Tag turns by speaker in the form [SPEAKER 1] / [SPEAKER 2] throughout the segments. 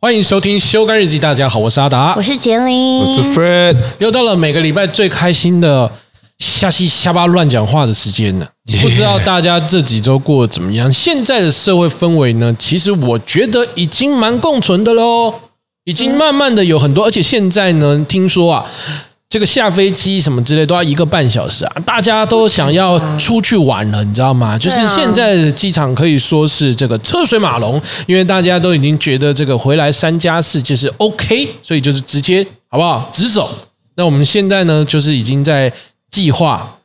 [SPEAKER 1] 欢迎收听《修干日记》，大家好，我是阿达
[SPEAKER 2] 我，是杰林，
[SPEAKER 3] 我是 Fred，
[SPEAKER 1] 又到了每个礼拜最开心的下戏瞎巴乱讲话的时间了。不知道大家这几周过得怎么样？现在的社会氛围呢，其实我觉得已经蛮共存的喽，已经慢慢的有很多，而且现在呢，听说啊。这个下飞机什么之类都要一个半小时啊！大家都想要出去玩了，你知道吗？就是
[SPEAKER 2] 啊对啊
[SPEAKER 1] 现在的机场可以说是这个车水马龙，因为大家都已经觉得这个回来三加四就是 OK，所以就是直接好不好？直走。那我们现在呢，就是已经在计划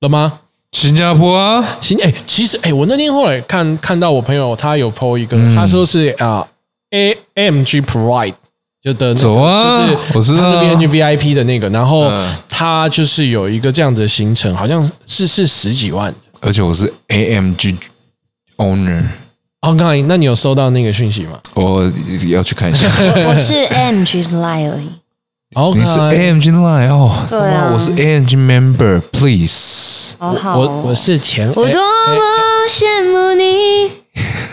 [SPEAKER 1] 了吗？
[SPEAKER 3] 新加坡啊，
[SPEAKER 1] 行，哎、其实哎、我那天后来看看到我朋友他有 PO 一个，
[SPEAKER 3] 嗯
[SPEAKER 1] 他说是啊、A M G Pride 就的那个、
[SPEAKER 3] 走啊
[SPEAKER 1] 就是
[SPEAKER 3] 我知道
[SPEAKER 1] 他是 B N G V I P 的那个，然后
[SPEAKER 3] 嗯
[SPEAKER 1] 他就是有一个这样子的行程，好像是是十几万。
[SPEAKER 3] 而且我是 AMG owner，
[SPEAKER 1] 哦，刚才那你有收到那个讯息吗？
[SPEAKER 3] 我要去看一 下。
[SPEAKER 2] 我我是 MG Lie 而已。
[SPEAKER 1] 哦，
[SPEAKER 3] 你是
[SPEAKER 1] 刚才
[SPEAKER 3] AMG line 哦，
[SPEAKER 2] 对啊
[SPEAKER 3] 他妈我是 AMG member，please。
[SPEAKER 2] 好好哦，
[SPEAKER 1] 我我是前
[SPEAKER 2] 我
[SPEAKER 1] 哎
[SPEAKER 2] 多么羡慕你。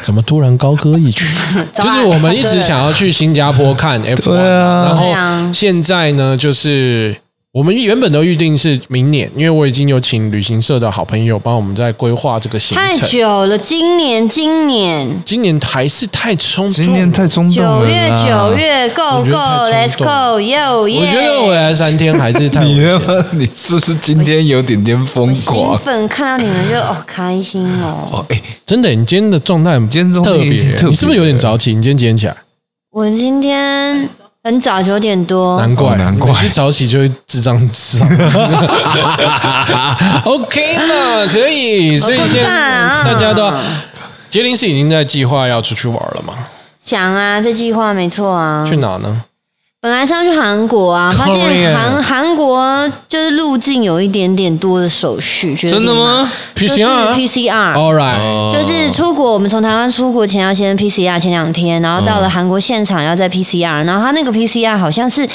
[SPEAKER 1] 怎么突然高歌一曲？
[SPEAKER 2] 早
[SPEAKER 1] 哎 就
[SPEAKER 2] 安
[SPEAKER 1] 是我们一直想要去新加坡 看 F1，、
[SPEAKER 3] 对啊
[SPEAKER 1] 然
[SPEAKER 2] 对
[SPEAKER 1] 后
[SPEAKER 2] 啊
[SPEAKER 1] 现在呢，就是我们原本都预定是明年，因为我已经有请旅行社的好朋友帮我们在规划这个行
[SPEAKER 2] 太
[SPEAKER 1] 程。
[SPEAKER 2] 久了，今年今年
[SPEAKER 1] 今年还是太冲动，
[SPEAKER 3] 今年太冲动了
[SPEAKER 2] 九
[SPEAKER 3] 啦。
[SPEAKER 2] 月九月
[SPEAKER 1] 啊我觉
[SPEAKER 2] ，Go
[SPEAKER 1] 得太
[SPEAKER 2] Go，Let's
[SPEAKER 1] 冲动了
[SPEAKER 2] Go，Yo
[SPEAKER 1] 我觉得我
[SPEAKER 2] Yeah！
[SPEAKER 1] 来三天还 是太危
[SPEAKER 3] 你
[SPEAKER 1] 险
[SPEAKER 3] 他妈你是不是今天有点点疯
[SPEAKER 2] 兴
[SPEAKER 3] 狂？
[SPEAKER 2] 奋看到你们就哦开心哦。
[SPEAKER 3] 哦，哎，
[SPEAKER 1] 真的，你今天的状态
[SPEAKER 3] 今天状态
[SPEAKER 1] 特
[SPEAKER 3] 有点
[SPEAKER 1] 别
[SPEAKER 3] 特，别
[SPEAKER 1] 你是不是有点早起？你今天几点起来？
[SPEAKER 2] 我今天很早九点多，
[SPEAKER 1] 难怪，
[SPEAKER 3] 哦难怪
[SPEAKER 1] 每次早起就会智障智 障。OK 嘛，可以，所以现在
[SPEAKER 2] 啊
[SPEAKER 1] 大家都要杰林是已经在计划要出去玩了吗？
[SPEAKER 2] 想啊，这计划没错啊。
[SPEAKER 1] 去哪呢？
[SPEAKER 2] 本来是要去韩国啊，发现韩韩国就是路径有一点点多的手续，觉得
[SPEAKER 3] 真的吗
[SPEAKER 2] 就是
[SPEAKER 1] PCR 啊
[SPEAKER 2] PCR，
[SPEAKER 3] 哦
[SPEAKER 1] ？All right，
[SPEAKER 2] 就是出国，我们从台湾出国前要先 PCR 前两天，然后到
[SPEAKER 3] 嗯
[SPEAKER 2] 了韩国现场要再 PCR，然后他那个 PCR 好像是。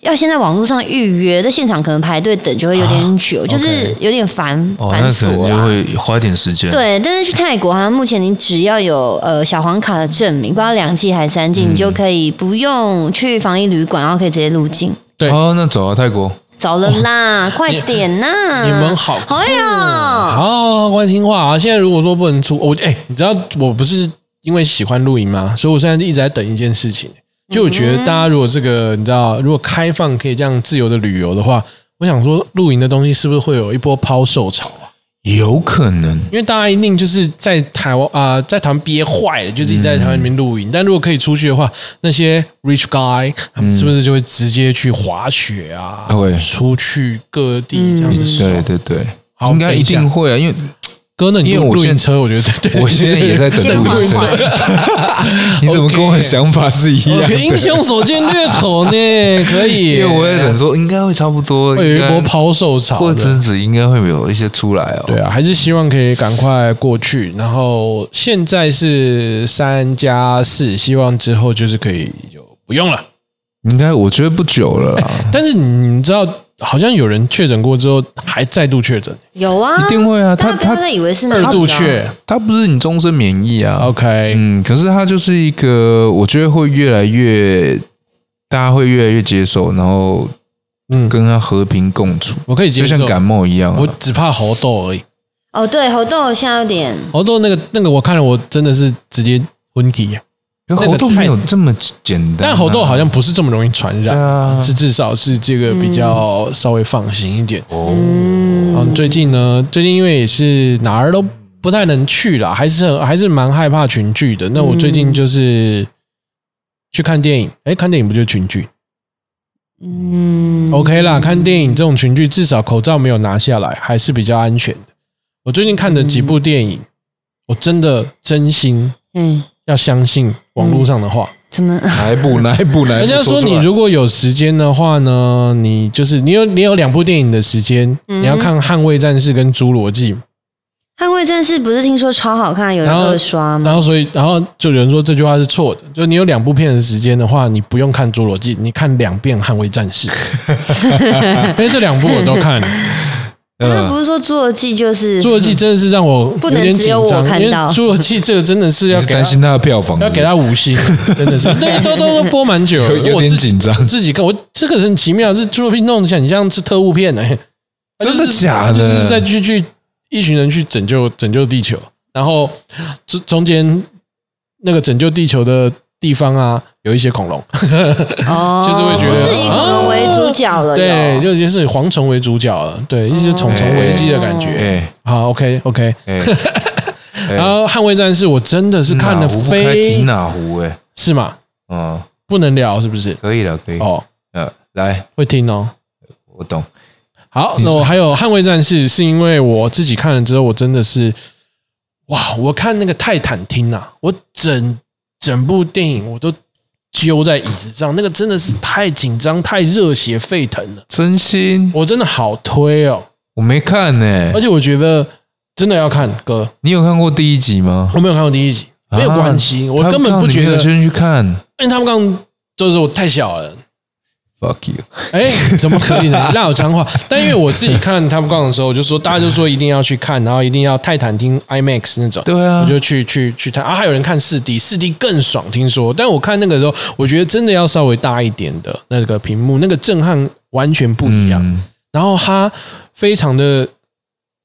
[SPEAKER 2] 要先在网络上预约，在现场可能排队等就会有点久，就是有点烦
[SPEAKER 3] 啊哦，
[SPEAKER 2] 繁
[SPEAKER 3] 那可能
[SPEAKER 2] 琐
[SPEAKER 3] 就
[SPEAKER 2] 啦。
[SPEAKER 3] 会花一点时间。，
[SPEAKER 2] 对，但是去泰国好像目前你只要有呃小黄卡的证明，不知道两季还是三季，
[SPEAKER 3] 嗯
[SPEAKER 2] 你就可以不用去防疫旅馆，然后可以直接入境。
[SPEAKER 1] 对
[SPEAKER 3] 哦，那走啊，泰国。
[SPEAKER 2] 走了啦，快点呐！
[SPEAKER 1] 你们好酷
[SPEAKER 2] 哎呀，
[SPEAKER 1] 好，乖听话啊！现在如果说不能出，我哎、你知道我不是因为喜欢露营吗？所以我现在一直在等一件事情，就我觉得大家如果这个你知道，如果开放可以这样自由的旅游的话，我想说露营的东西是不是会有一波抛售潮啊？
[SPEAKER 3] 有可能，
[SPEAKER 1] 因为大家一定就是在台湾啊、在台湾憋坏了，就是一直在台湾里面露营。但如果可以出去的话，那些 rich guy 他们是不是就会直接去滑雪啊？
[SPEAKER 3] 嗯会嗯
[SPEAKER 1] 出去各地这
[SPEAKER 2] 嗯
[SPEAKER 1] 样子爽。
[SPEAKER 3] 对对对，
[SPEAKER 1] 好
[SPEAKER 3] 应该一
[SPEAKER 1] 等一
[SPEAKER 3] 定
[SPEAKER 1] 下
[SPEAKER 3] 会啊，因为
[SPEAKER 1] 哥，那你
[SPEAKER 3] 因为
[SPEAKER 1] 露
[SPEAKER 3] 我
[SPEAKER 1] 露营
[SPEAKER 3] 现
[SPEAKER 1] 车，我觉得对对，
[SPEAKER 3] 我现在也在等
[SPEAKER 2] 先
[SPEAKER 3] 路
[SPEAKER 2] 缓
[SPEAKER 3] 程
[SPEAKER 2] 缓，
[SPEAKER 3] 你怎么跟我的想法是一 样
[SPEAKER 1] 我觉得英
[SPEAKER 3] 的？
[SPEAKER 1] 雄所见略同呢， 可以。
[SPEAKER 3] 因为我也等说应该会差不多，
[SPEAKER 1] 会有一波
[SPEAKER 3] 应该
[SPEAKER 1] 抛售潮
[SPEAKER 3] 过
[SPEAKER 1] 的。
[SPEAKER 3] 阵子应该会有一些出来哦。
[SPEAKER 1] 对啊，还是希望可以赶快过去。然后现在是三加四，希望之后就是可以就不用了。
[SPEAKER 3] 应该我觉得不久了啦，
[SPEAKER 1] 但是你知道，好像有人确诊过之后还再度确诊，
[SPEAKER 2] 有啊，
[SPEAKER 3] 一定会啊。
[SPEAKER 2] 大家
[SPEAKER 3] 他
[SPEAKER 2] 不要
[SPEAKER 3] 他
[SPEAKER 2] 再以为是
[SPEAKER 1] 二
[SPEAKER 2] 那
[SPEAKER 1] 度
[SPEAKER 2] 个啊
[SPEAKER 1] 确。
[SPEAKER 3] 他不是你终身免疫啊。
[SPEAKER 1] OK，
[SPEAKER 3] 嗯，可是他就是一个，我觉得会越来越，大家会越来越接受，然后
[SPEAKER 1] 嗯，
[SPEAKER 3] 跟他和平共处，
[SPEAKER 1] 我可以接
[SPEAKER 3] 就
[SPEAKER 1] 受
[SPEAKER 3] 像。感冒一样啊。
[SPEAKER 1] 我只怕猴痘而已，
[SPEAKER 2] 哦，对，猴痘现在有点
[SPEAKER 1] 猴痘那个那个，我看了我真的是直接昏体啊。
[SPEAKER 3] 可
[SPEAKER 1] 那个
[SPEAKER 3] 猴痘
[SPEAKER 1] 太
[SPEAKER 3] 没有这么简单啊，
[SPEAKER 1] 但猴痘好像不是这么容易传
[SPEAKER 3] 对
[SPEAKER 1] 染，
[SPEAKER 3] 啊，
[SPEAKER 1] 是至少是这个比较稍微放心一点。
[SPEAKER 3] 哦
[SPEAKER 1] 嗯，
[SPEAKER 2] 嗯，
[SPEAKER 1] 最近呢，最近因为也是哪儿都不太能去啦，还是很还是蛮害怕群聚的。那我最
[SPEAKER 3] 嗯
[SPEAKER 1] 近就是去看电影，哎，看电影不就是群聚
[SPEAKER 2] 嗯
[SPEAKER 1] ？OK 啦，看电影这种群聚，至少口罩没有拿下来，还是比较安全的。我最近看的几部电影，我真的真心
[SPEAKER 2] 嗯，
[SPEAKER 1] 要相信网络上的话。
[SPEAKER 2] 怎么？
[SPEAKER 3] 哪一部哪一部哪一
[SPEAKER 1] 人
[SPEAKER 3] 部？
[SPEAKER 1] 家说
[SPEAKER 3] 嗯出
[SPEAKER 1] 你
[SPEAKER 3] 来
[SPEAKER 1] 如果有时间的话呢，你就是你有你有两部电影的时间，
[SPEAKER 2] 嗯
[SPEAKER 1] 你要看《捍卫战士》跟《侏罗纪》嘛。
[SPEAKER 2] 捍卫战士不是听说超好看，有人
[SPEAKER 1] 然后
[SPEAKER 2] 二刷吗？
[SPEAKER 1] 然后所以，然后就有人说这句话是错的，就你有两部片的时间的话，你不用看《侏罗纪》，你看两遍《捍卫战士》，因为这两部我都看了。
[SPEAKER 2] 他
[SPEAKER 3] 嗯
[SPEAKER 2] 不是说侏罗纪 就是
[SPEAKER 1] 侏罗纪真的是让我
[SPEAKER 2] 不能
[SPEAKER 1] 有点
[SPEAKER 2] 只有我
[SPEAKER 1] 紧张
[SPEAKER 2] 看
[SPEAKER 1] 因为
[SPEAKER 2] 到
[SPEAKER 1] 侏罗纪这个真的是要
[SPEAKER 3] 你是
[SPEAKER 1] 给
[SPEAKER 3] 担
[SPEAKER 1] 他
[SPEAKER 3] 心他的票房，
[SPEAKER 1] 要给他五 星，真的是对都都都播蛮久了，
[SPEAKER 3] 有有
[SPEAKER 1] 我自
[SPEAKER 3] 点
[SPEAKER 1] 己
[SPEAKER 3] 紧 张，
[SPEAKER 1] 自己看，我这个很奇妙，是侏罗纪弄得像你像是特务片呢、欸，
[SPEAKER 3] 真的假的
[SPEAKER 1] 就是在去去一群人去拯救拯救地球，然后中中间那个拯救地球的地方啊，有一些恐龙，
[SPEAKER 2] 哦，
[SPEAKER 1] 就是会觉得啊
[SPEAKER 2] 不是以恐龙为主角了，
[SPEAKER 1] 对，
[SPEAKER 2] 有
[SPEAKER 1] 就就是以蝗虫为主角了，对，一些
[SPEAKER 2] 哦
[SPEAKER 1] 虫虫危机的感觉。
[SPEAKER 3] 哎
[SPEAKER 1] 好，OK OK，
[SPEAKER 3] 哎，
[SPEAKER 1] 然
[SPEAKER 3] 然
[SPEAKER 1] 后《捍卫战士》我真的是
[SPEAKER 3] 嗯
[SPEAKER 1] 看
[SPEAKER 3] 啊
[SPEAKER 1] 了非
[SPEAKER 3] 挺哪壶哎，
[SPEAKER 1] 是吗？
[SPEAKER 3] 嗯，
[SPEAKER 1] 不能聊是不是？
[SPEAKER 3] 可以了，可以，
[SPEAKER 1] 哦，
[SPEAKER 3] 嗯，来，
[SPEAKER 1] 会听哦。
[SPEAKER 3] 我懂，嗯
[SPEAKER 1] 好，那我还有《捍卫战士》，是因为我自己看了之后，我真的是哇！我看那个泰坦厅啊，我整整部电影我都揪在椅子上，那个真的是太紧张、太热血沸腾了，
[SPEAKER 3] 真心
[SPEAKER 1] 我真的好推哦！
[SPEAKER 3] 我没看呢
[SPEAKER 1] 而，且我觉得真的要看哥，
[SPEAKER 3] 你有看过第一集吗？
[SPEAKER 1] 我没有看过第一集，没有关系，
[SPEAKER 3] 啊
[SPEAKER 1] 我根本不觉
[SPEAKER 3] 他
[SPEAKER 1] 得
[SPEAKER 3] 们，先去看
[SPEAKER 1] 因为他们刚就是我太小了。
[SPEAKER 3] ，fuck you，
[SPEAKER 1] 哎，怎么可以 呢？那有脏话。但因为我自己看他们杠的时候，我就说大家就说一定要去看，然后一定要泰坦厅 IMAX 那种。
[SPEAKER 3] 对啊
[SPEAKER 1] 我就去去去看啊，还有人看四 D，四 D 更爽，听说。但我看那个时候，我觉得真的要稍微大一点的那个屏幕，那个震撼完全不一样。
[SPEAKER 3] 嗯
[SPEAKER 1] 然后它非常的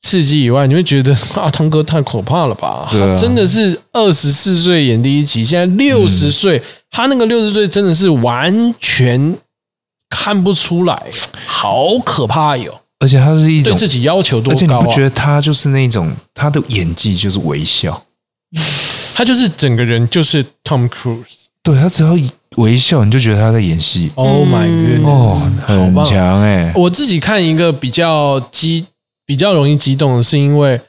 [SPEAKER 1] 刺激以外，你会觉得 啊，汤哥太可怕了吧？
[SPEAKER 3] 对啊
[SPEAKER 1] 他真的是二十四岁演第一集，现在六十岁，他那个六十岁真的是完全看不出来，好可怕哟！
[SPEAKER 3] 而且他是一
[SPEAKER 1] 对
[SPEAKER 3] 种
[SPEAKER 1] 自己要求多
[SPEAKER 3] 而且你
[SPEAKER 1] 高
[SPEAKER 3] 不觉
[SPEAKER 1] 啊？
[SPEAKER 3] 得他就是那种他的演技就是微笑，
[SPEAKER 1] 他就是整个人就是 Tom Cruise。
[SPEAKER 3] 对他只要一微笑，你就觉得他在演戏
[SPEAKER 1] Oh my
[SPEAKER 2] 嗯
[SPEAKER 1] goodness！、
[SPEAKER 3] 哦，
[SPEAKER 1] 好
[SPEAKER 3] 很
[SPEAKER 1] 棒啊哦
[SPEAKER 3] 强哎、
[SPEAKER 1] 我自己看一个比较激、比较容易激动的是，因为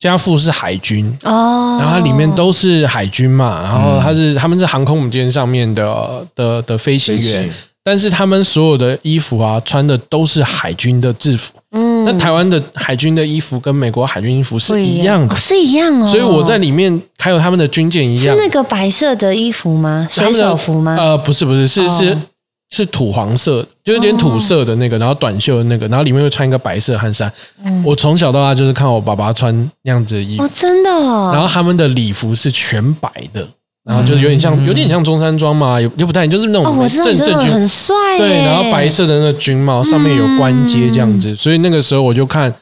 [SPEAKER 1] 家父是海军，
[SPEAKER 2] 哦，
[SPEAKER 1] 然后它里面都是海军嘛，然后他是他们是航空母舰上面的的的嗯飞行员，但是他们所有的衣服啊穿的都是海军的制服。
[SPEAKER 2] 嗯
[SPEAKER 1] 那台湾的海军的衣服跟美国海军衣服
[SPEAKER 2] 不
[SPEAKER 1] 是一样的
[SPEAKER 2] 哦，是一样哦，
[SPEAKER 1] 所以我在里面还有他们的军舰一
[SPEAKER 2] 是
[SPEAKER 1] 样，
[SPEAKER 2] 那个白色的衣服吗？
[SPEAKER 1] 他
[SPEAKER 2] 水
[SPEAKER 1] 们的
[SPEAKER 2] 手服吗？
[SPEAKER 1] 呃，不是不是，是是
[SPEAKER 2] 哦
[SPEAKER 1] 是土黄色，就是有点土色的那个，然后短袖的那个，然后里面会穿一个白色汗衫。
[SPEAKER 2] 嗯
[SPEAKER 1] 我从小到大就是看我爸爸穿那样子的衣服
[SPEAKER 2] 哦，。真的哦，
[SPEAKER 1] 然后他们的礼服是全白的，然后就是有点像有点像中山装嘛，也又不太就是那
[SPEAKER 2] 哦，
[SPEAKER 1] 种
[SPEAKER 2] 我知道
[SPEAKER 1] 正
[SPEAKER 2] 你真的
[SPEAKER 1] 正军
[SPEAKER 2] 很帅耶，嗯
[SPEAKER 1] 对，然后白色的那个军帽上面有关节这样子，所以那个时候我就看。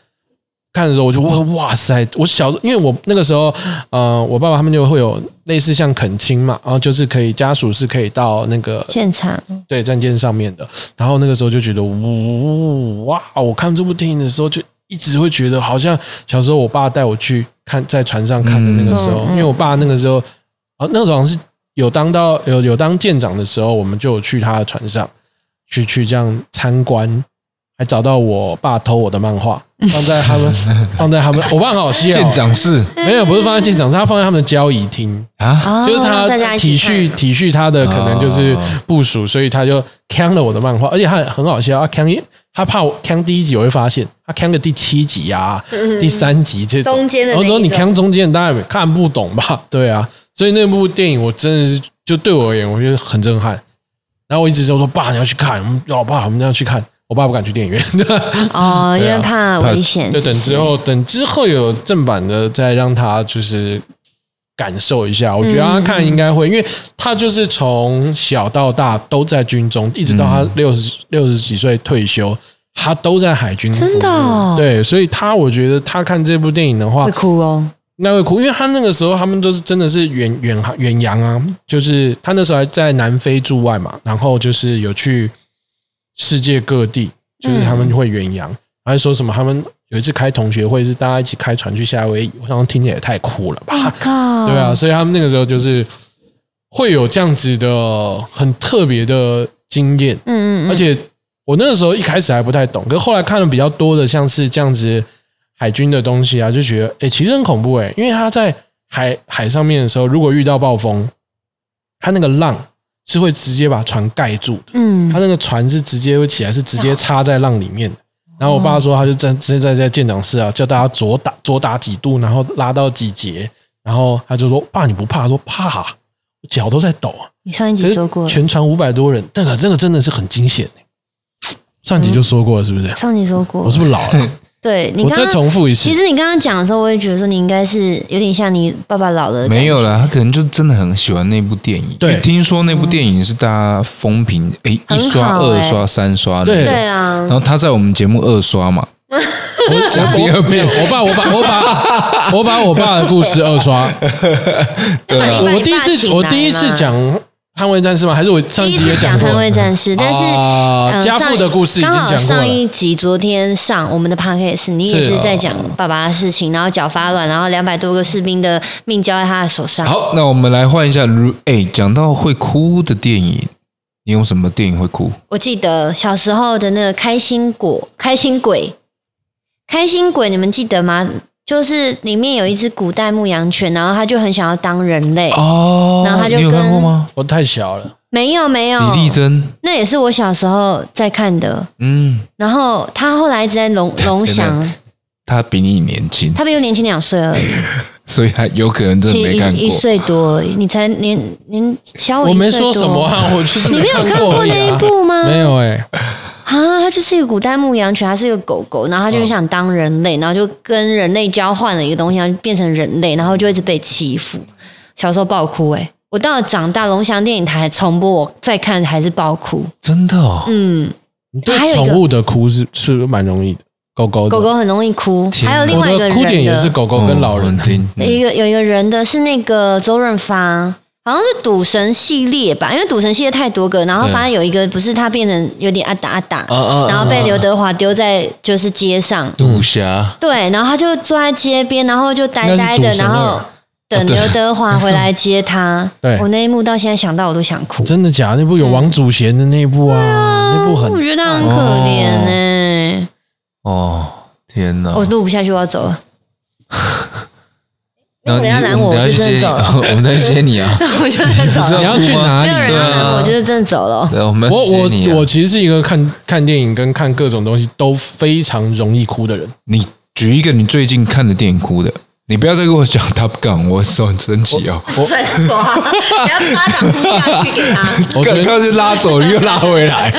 [SPEAKER 1] 看的时候我就哇哇塞！我小时候因为我那个时候，呃，我爸爸他们就会有类似像恳亲嘛，然后就是可以家属是可以到那个
[SPEAKER 2] 现场，
[SPEAKER 1] 对战舰上面的。然后那个时候就觉得，呜哇！我看这部电影的时候，就一直会觉得，好像小时候我爸带我去看在船上看的那个时候，
[SPEAKER 2] 嗯
[SPEAKER 1] 因为我爸那个时候，啊，那时候好像是有当到有有当舰长的时候，我们就有去他的船上去去这样参观。还找到我爸偷我的漫 画，放在他们，放在他们，我爸很好笑、
[SPEAKER 3] 舰长室
[SPEAKER 1] 没有，不是放在舰长，是他放在他们的交易厅。
[SPEAKER 3] 啊，
[SPEAKER 2] 哦
[SPEAKER 1] 就是
[SPEAKER 2] 让大家
[SPEAKER 1] 他
[SPEAKER 2] 一
[SPEAKER 1] 体
[SPEAKER 2] 起
[SPEAKER 1] 恤
[SPEAKER 2] 看
[SPEAKER 1] 体恤他的可能就是
[SPEAKER 3] 哦
[SPEAKER 1] 部署，所以他就坑了我的漫画，而且他很好笑，他坑一他怕我坑第一集我会发现，他坑个第七集啊、第三集这种，
[SPEAKER 2] 嗯中间的
[SPEAKER 1] 然后说
[SPEAKER 2] 那一
[SPEAKER 1] 你
[SPEAKER 2] 种
[SPEAKER 1] 坑中间，大家也看不懂吧？ 对啊，所以那部电影我真的是就对我而言，我觉得很震撼。然后我一直就说爸你要去看，我们老爸我们要去看，我爸不敢去电影院。
[SPEAKER 2] 哦，因
[SPEAKER 1] 对啊
[SPEAKER 2] 为怕危险，
[SPEAKER 1] 就是等
[SPEAKER 2] 不是
[SPEAKER 1] 之后，等之后有正版的，再让他就是感受一下。我
[SPEAKER 2] 嗯
[SPEAKER 1] 觉得他看应该会，因为他就是从小到大都在军中，一直到
[SPEAKER 2] 嗯
[SPEAKER 1] 他六十六十几岁退休，他都在海军服务。
[SPEAKER 2] 真的哦
[SPEAKER 1] 对，所以他我觉得他看这部电影的话
[SPEAKER 2] 会，哭哦，
[SPEAKER 1] 那会哭，因为他那个时候他们都是真的是远远远洋啊，就是他那时候还在南非驻外嘛，然后就是有去世界各地，就是他们会远洋，还说什么他们有一次开同学会是大家一起开船去夏威夷，我想说听起来也太酷了吧，
[SPEAKER 2] 我靠，
[SPEAKER 1] 对啊，，所以他们那个时候就是会有这样子的很特别的经验，
[SPEAKER 2] 嗯嗯嗯，
[SPEAKER 1] 而且我那个时候一开始还不太懂，可是后来看了比较多的，像是这样子海军的东西啊，就觉得哎、诶其实很恐怖哎、因为他在海海上面的时候，如果遇到暴风，他那个浪是会直接把船盖住的，
[SPEAKER 2] 嗯
[SPEAKER 1] 他，那个船是直接会起来，是直接插在浪里面的。然后我爸说，他就在直接在在舰长室啊，叫大家左打左打几度，然后拉到几节，然后他就说：“爸，你不怕？”他说：“怕啊，我脚都在抖啊。”
[SPEAKER 2] 你上一
[SPEAKER 1] 可
[SPEAKER 2] 集
[SPEAKER 1] 是
[SPEAKER 2] 说过了，
[SPEAKER 1] 全船五百多人，那个那个真的是很惊险欸、上集就说过了，是不是？
[SPEAKER 2] 上集说过
[SPEAKER 1] 我，是不是老了？
[SPEAKER 2] 对嗯 你
[SPEAKER 1] 我
[SPEAKER 2] 刚
[SPEAKER 1] 再
[SPEAKER 2] 刚
[SPEAKER 1] 重复一次
[SPEAKER 2] 其，实你刚刚讲的时候，我也觉得说你应该是有点像你爸爸老了的感觉，
[SPEAKER 3] 没有啦，他可能就真的很喜欢那部电影。
[SPEAKER 1] 对
[SPEAKER 3] 因为听说那部电影是大家风评，哎、
[SPEAKER 2] 嗯很好
[SPEAKER 3] 一刷、
[SPEAKER 2] 欸
[SPEAKER 3] 二刷、三刷
[SPEAKER 1] 对
[SPEAKER 3] 那种。
[SPEAKER 2] 对啊
[SPEAKER 3] 然，后他在我们节目二刷嘛，
[SPEAKER 1] 我我
[SPEAKER 3] 第二遍
[SPEAKER 1] 没有我把我把我把我把我爸的故事二刷。
[SPEAKER 2] 对
[SPEAKER 3] 啊
[SPEAKER 1] 我我第一次我第一次讲捍卫战士吗？还是我上
[SPEAKER 2] 第
[SPEAKER 1] 一
[SPEAKER 2] 一
[SPEAKER 1] 集也
[SPEAKER 2] 次讲
[SPEAKER 1] 过
[SPEAKER 2] 捍？卫战士，但是
[SPEAKER 1] 啊
[SPEAKER 2] 嗯
[SPEAKER 1] 家
[SPEAKER 2] 上
[SPEAKER 1] 父的故事已经
[SPEAKER 2] 刚
[SPEAKER 1] 讲过
[SPEAKER 2] 好
[SPEAKER 1] 了
[SPEAKER 2] 上一集昨天上我们的 podcast，你也
[SPEAKER 1] 是啊
[SPEAKER 2] 是在讲爸爸的事情，然后脚发软，然后两百多个士兵的命交在他的手上。
[SPEAKER 3] 好，那我们来换一下。如哎，讲到会哭的电影，你有什么电影会哭？
[SPEAKER 2] 我记得小时候的那个开心果、开心鬼、开心鬼，你们记得吗？就是里面有一只古代牧羊犬，然后它就很想要当人类。
[SPEAKER 3] 哦
[SPEAKER 2] 然后他就
[SPEAKER 3] 你有看过
[SPEAKER 2] 跟哦
[SPEAKER 3] 吗？
[SPEAKER 1] 我太小了，
[SPEAKER 2] 没有没有，
[SPEAKER 3] 李丽珍，
[SPEAKER 2] 那也是我小时候在看的。
[SPEAKER 3] 嗯，
[SPEAKER 2] 然后他后来一直在 龙龙
[SPEAKER 3] 真
[SPEAKER 2] 翔，
[SPEAKER 3] 她比你年轻，
[SPEAKER 2] 他比我年轻两岁而已，
[SPEAKER 3] 所以她有可能真
[SPEAKER 2] 其
[SPEAKER 3] 的
[SPEAKER 2] 实
[SPEAKER 3] 没看
[SPEAKER 2] 一一
[SPEAKER 3] 过。
[SPEAKER 2] 岁多而已。你才年年小我
[SPEAKER 1] 我
[SPEAKER 2] 哦一岁多，
[SPEAKER 1] 没说什么啊，我就是
[SPEAKER 2] 你没有看过
[SPEAKER 1] 而已
[SPEAKER 2] 那一
[SPEAKER 1] 啊
[SPEAKER 2] 部吗？
[SPEAKER 1] 没有哎，
[SPEAKER 2] 啊，它就是一个古代牧羊犬，它是一个狗狗，然
[SPEAKER 1] 嗯
[SPEAKER 2] 后它就很想当人类，然后就跟人类交换了一个东西，然后就变成人类，然后就一直被欺负。小时候爆哭诶、我到了长大，龙翔电影台重播，我再看还是爆哭。
[SPEAKER 3] 真的哦，
[SPEAKER 2] 嗯，
[SPEAKER 1] 你对
[SPEAKER 2] 还有一个
[SPEAKER 1] 宠物的哭是是蛮容易的，狗狗的
[SPEAKER 2] 狗狗很容易哭，
[SPEAKER 3] 天
[SPEAKER 2] 还有
[SPEAKER 3] 哪
[SPEAKER 2] 另外一
[SPEAKER 1] 我
[SPEAKER 2] 个
[SPEAKER 1] 的
[SPEAKER 2] 人
[SPEAKER 1] 哭点也是
[SPEAKER 2] 的，
[SPEAKER 1] 狗狗跟老人
[SPEAKER 3] 嗯。听，嗯
[SPEAKER 2] 一个有一个人的是那个周润发。好像是赌神系列吧，因为赌神系列太多个，然后反正有一个不是他变成有点阿达阿
[SPEAKER 1] 哦
[SPEAKER 2] 达，
[SPEAKER 3] 啊
[SPEAKER 2] 然后被刘德华丢在就是街上，
[SPEAKER 3] 赌侠，
[SPEAKER 2] 对，然后他就坐在街边，然后就呆
[SPEAKER 1] 应该
[SPEAKER 2] 呆
[SPEAKER 1] 是
[SPEAKER 2] 的，
[SPEAKER 1] 赌神
[SPEAKER 2] 然后
[SPEAKER 1] 二
[SPEAKER 2] 等
[SPEAKER 3] 啊对
[SPEAKER 2] 刘德华回来接他。
[SPEAKER 1] 对
[SPEAKER 2] 我那一幕到现在想到我都想哭，
[SPEAKER 1] 真的假的？那部有王祖贤的那一部
[SPEAKER 2] 嗯
[SPEAKER 1] 啊，那部很
[SPEAKER 2] 哦我觉得他很可怜
[SPEAKER 3] 哦
[SPEAKER 2] 呢、
[SPEAKER 3] 哦，天哪！
[SPEAKER 2] 我录不下去，我要走了。 如
[SPEAKER 3] 然后
[SPEAKER 2] 果
[SPEAKER 3] 你
[SPEAKER 2] 人家拦我，
[SPEAKER 3] 我
[SPEAKER 2] 我
[SPEAKER 3] 们
[SPEAKER 2] 就
[SPEAKER 3] 等下
[SPEAKER 2] 真的
[SPEAKER 3] 去接
[SPEAKER 2] 走了。
[SPEAKER 3] 你，我们等下去接你啊！
[SPEAKER 2] 我就真 的走
[SPEAKER 3] 不
[SPEAKER 1] 你
[SPEAKER 3] 是
[SPEAKER 2] 了。
[SPEAKER 1] 要去哪
[SPEAKER 2] 没
[SPEAKER 1] 里
[SPEAKER 2] 有人要
[SPEAKER 3] 对啊
[SPEAKER 2] 拦我，我就是真的走了。
[SPEAKER 3] 对，我们
[SPEAKER 1] 我
[SPEAKER 3] 要去接你啊
[SPEAKER 1] 我我其实是一个看看电影跟看各种东西都非常容易哭的人。
[SPEAKER 3] 你举一个你最近看的电影哭的，你不要再跟我讲 Top Gun，我手很生气哦。
[SPEAKER 2] 再说啊， 等下巴掌呼下去给他。
[SPEAKER 1] 我昨
[SPEAKER 3] 刚
[SPEAKER 1] 天
[SPEAKER 3] 刚就拉走，又拉 回来，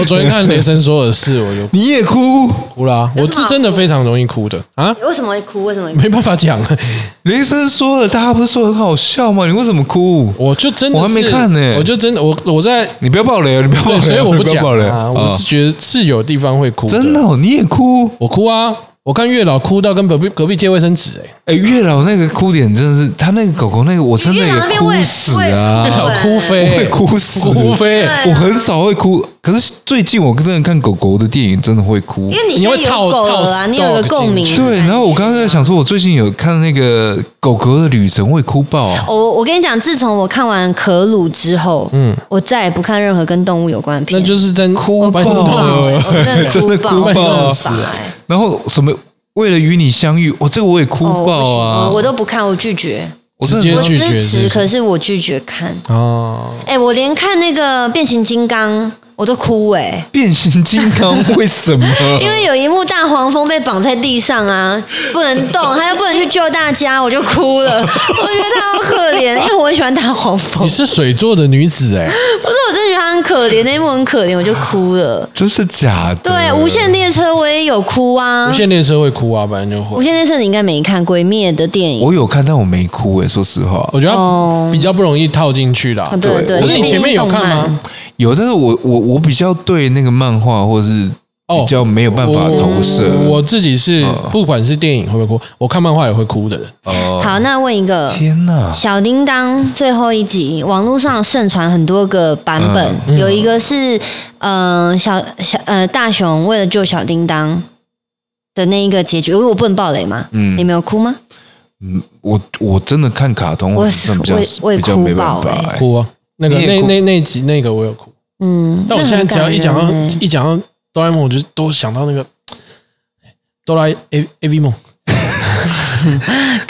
[SPEAKER 1] 我昨天看《雷神索尔四》，我就
[SPEAKER 3] 你也哭？
[SPEAKER 1] 哭了啊、
[SPEAKER 2] 有
[SPEAKER 1] 我
[SPEAKER 2] 什么好
[SPEAKER 1] 是真的非常容易哭的啊，
[SPEAKER 2] 为什么会哭？为什么会哭？
[SPEAKER 1] 没办法讲，
[SPEAKER 3] 雷声说了，大家不是说很好笑吗？你为什么哭？
[SPEAKER 1] 我就真的
[SPEAKER 3] 我还没
[SPEAKER 1] 是
[SPEAKER 3] 看呢
[SPEAKER 1] 我就真的我我在，
[SPEAKER 3] 你不要爆雷哦，你不要爆雷
[SPEAKER 1] 对，
[SPEAKER 3] 哦，
[SPEAKER 1] 所以我
[SPEAKER 3] 你
[SPEAKER 1] 不
[SPEAKER 3] 不要
[SPEAKER 1] 讲
[SPEAKER 3] 爆雷哦
[SPEAKER 1] 啊，我是觉得是有地方会哭，
[SPEAKER 3] 真的，哦，你也哭？
[SPEAKER 1] 我哭啊，我看月老哭到跟隔壁隔壁借卫生纸、欸，
[SPEAKER 3] 哎，月老那个哭点真的是，他那个狗狗那个，我真的
[SPEAKER 2] 月老那
[SPEAKER 3] 也
[SPEAKER 2] 边
[SPEAKER 3] 哭
[SPEAKER 2] 我也
[SPEAKER 3] 死
[SPEAKER 2] 我也
[SPEAKER 3] 啊！
[SPEAKER 1] 月
[SPEAKER 2] 哭
[SPEAKER 1] 老
[SPEAKER 2] 对
[SPEAKER 1] 哭飞、
[SPEAKER 3] 我会哭死
[SPEAKER 1] 哭飞、
[SPEAKER 2] 对啊
[SPEAKER 3] 我很少会哭，可是最近我真的看狗狗的电影，真的会哭
[SPEAKER 2] 因。为你
[SPEAKER 1] 你
[SPEAKER 2] 现在
[SPEAKER 1] 会
[SPEAKER 2] 有
[SPEAKER 1] 套
[SPEAKER 2] 狗了啊，
[SPEAKER 1] 套
[SPEAKER 2] 你有一个
[SPEAKER 1] 进
[SPEAKER 2] 共鸣
[SPEAKER 1] 去
[SPEAKER 2] 的感觉啊。
[SPEAKER 3] 对，然后我刚刚在想说，我最近有看那个狗狗的旅程，我也哭爆、啊。
[SPEAKER 2] 我我跟你讲，自从我看完《可鲁》之后，嗯，我再也不看任何跟动物有关的
[SPEAKER 1] 那
[SPEAKER 2] 片。
[SPEAKER 1] 就是真哭
[SPEAKER 2] 哦哭爆了，
[SPEAKER 1] 了。
[SPEAKER 2] 我 真的哭
[SPEAKER 3] 真的哭爆
[SPEAKER 2] 爆，我
[SPEAKER 3] 了
[SPEAKER 2] 真的无法哎
[SPEAKER 3] 然后什么为了与你相遇，我、这个我也哭
[SPEAKER 2] 哦，我不
[SPEAKER 3] 爆
[SPEAKER 2] 行
[SPEAKER 3] 啊！
[SPEAKER 2] 我我都不看，我拒绝，
[SPEAKER 3] 我真的
[SPEAKER 1] 直接
[SPEAKER 2] 我
[SPEAKER 1] 拒
[SPEAKER 2] 支
[SPEAKER 1] 绝是
[SPEAKER 2] 持，
[SPEAKER 1] 不是
[SPEAKER 2] 可是我拒绝看。
[SPEAKER 1] 哦，
[SPEAKER 2] 哎，我连看那个变形金刚我都哭哎。
[SPEAKER 3] 变形金刚为 什么？
[SPEAKER 2] 因为有一幕大黄蜂被绑在地上啊，不能动，他又不能去救大家，我就 哭了。我觉得他好可怜，因为我很喜欢大黄蜂
[SPEAKER 1] 你，是水做的女子哎、
[SPEAKER 2] 不是我真的觉得他很可怜，那一幕很可怜，我就哭了。
[SPEAKER 3] 真是假的？
[SPEAKER 2] 对，《无限列车》我也有哭啊
[SPEAKER 1] 无，限列车会哭啊，反正就
[SPEAKER 2] 《
[SPEAKER 1] 会
[SPEAKER 2] 无。限列车》你应该没看《鬼灭》的电影，
[SPEAKER 3] 我有看，但我没哭哎、说实话，
[SPEAKER 1] 我觉得
[SPEAKER 2] 哦
[SPEAKER 1] 它比较不容易套进去啦
[SPEAKER 2] 啊。对对
[SPEAKER 1] 可
[SPEAKER 2] 因
[SPEAKER 1] 是
[SPEAKER 2] 为
[SPEAKER 1] 你前面有看
[SPEAKER 2] 毕竟动
[SPEAKER 1] 吗
[SPEAKER 2] 漫？
[SPEAKER 3] 有，但是我我我比较对那个漫画或者是
[SPEAKER 1] 哦
[SPEAKER 3] 比较没有办法投射。
[SPEAKER 2] 哦
[SPEAKER 1] 我我自己是
[SPEAKER 3] 嗯，
[SPEAKER 1] 不管是电影会不会哭，我看漫画也会哭的人。
[SPEAKER 3] 哦
[SPEAKER 2] 好，那问一个《
[SPEAKER 3] 天哪！
[SPEAKER 2] 小叮当》最后一集，网络上盛传很多个版
[SPEAKER 1] 嗯
[SPEAKER 2] 本，有一个是嗯、呃小小呃大雄为了救小叮当的那一个结局，因为我不能爆雷嘛，
[SPEAKER 3] 嗯
[SPEAKER 2] 你没有哭吗？
[SPEAKER 3] 嗯，我我真的看卡通，
[SPEAKER 2] 我
[SPEAKER 3] 真的比较
[SPEAKER 2] 我我也
[SPEAKER 3] 比较
[SPEAKER 2] 哭
[SPEAKER 3] 没办
[SPEAKER 2] 爆
[SPEAKER 3] 法、
[SPEAKER 2] 欸
[SPEAKER 3] 欸。
[SPEAKER 1] 哭啊，那个
[SPEAKER 3] 你也
[SPEAKER 1] 那
[SPEAKER 3] 哭
[SPEAKER 1] 那那集那个我有哭，
[SPEAKER 2] 嗯，
[SPEAKER 1] 但我现在只要一讲
[SPEAKER 2] 那
[SPEAKER 1] 到
[SPEAKER 2] 很感人欸
[SPEAKER 1] 一讲到哆啦 A 梦，我就都想到那个哆啦 A A V 梦，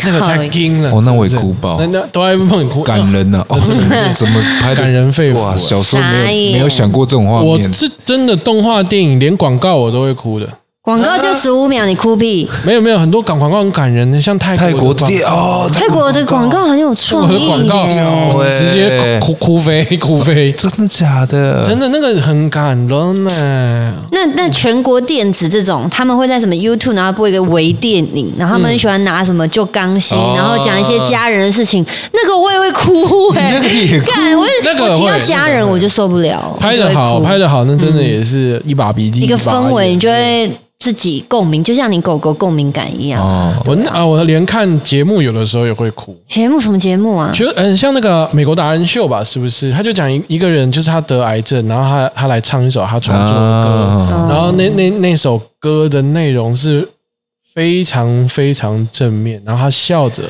[SPEAKER 1] 那个太惊了。
[SPEAKER 3] 哦那我也
[SPEAKER 1] 是不是
[SPEAKER 3] 哭爆
[SPEAKER 1] 那那哆啦 A 梦你哭
[SPEAKER 3] 感。人呐、啊！哦，
[SPEAKER 1] 真
[SPEAKER 3] 怎
[SPEAKER 1] 的
[SPEAKER 3] 么怎么拍的
[SPEAKER 1] 感人肺
[SPEAKER 3] 哇！
[SPEAKER 1] 腑，
[SPEAKER 3] 小时候没
[SPEAKER 2] 傻
[SPEAKER 3] 有
[SPEAKER 2] 眼
[SPEAKER 3] 没有想过这种画
[SPEAKER 1] 我
[SPEAKER 3] 面，
[SPEAKER 1] 是真的动画电影连广告我都会哭的，
[SPEAKER 2] 广告就十五秒，你 哭屁！
[SPEAKER 1] 没有没有，很多港广告很感人的，像泰
[SPEAKER 3] 泰
[SPEAKER 1] 国
[SPEAKER 3] 国
[SPEAKER 1] 的广
[SPEAKER 3] 的哦，
[SPEAKER 2] 泰国的广告很有
[SPEAKER 1] 我
[SPEAKER 2] 创
[SPEAKER 1] 的
[SPEAKER 2] 意
[SPEAKER 1] 广告
[SPEAKER 2] 耶，
[SPEAKER 1] 我直接哭哭飞哭飞，
[SPEAKER 3] 真的假的？
[SPEAKER 1] 真的那个很感人呢。
[SPEAKER 2] 那那全国电子这种，他们会在什么 YouTube 然后播一个微电影，然后他们很喜欢拿什么就钢心，
[SPEAKER 3] 哦
[SPEAKER 2] 然后讲一些家人的事情，那个我也会哭 哎、
[SPEAKER 3] 那个也哭
[SPEAKER 2] 干我也
[SPEAKER 1] 那个
[SPEAKER 2] 我提
[SPEAKER 1] 会
[SPEAKER 2] 到
[SPEAKER 1] 那个
[SPEAKER 2] 家人
[SPEAKER 1] 会
[SPEAKER 2] 我就受不了，
[SPEAKER 1] 拍
[SPEAKER 2] 我
[SPEAKER 1] 的
[SPEAKER 2] 就会
[SPEAKER 1] 好，
[SPEAKER 2] 哭嗯
[SPEAKER 1] 拍的好，那真的也是一把鼻涕
[SPEAKER 2] 一个
[SPEAKER 1] 把
[SPEAKER 2] 氛围，
[SPEAKER 1] 眼
[SPEAKER 2] 你就会自己共鸣，就像你狗狗共鸣感一样。
[SPEAKER 3] 哦，
[SPEAKER 1] 我那啊，我连看节目有的时候也会
[SPEAKER 3] 嗯
[SPEAKER 1] 哭。
[SPEAKER 2] 节目什么节目啊？
[SPEAKER 1] 其实，嗯，像那个美国达人秀吧，是不是？他就讲一一个人，就是他得癌症，然后他他来唱一首他创作的歌，
[SPEAKER 2] 哦
[SPEAKER 3] 啊
[SPEAKER 1] 然后那那那首歌的内容是非常非常正面，然后他笑着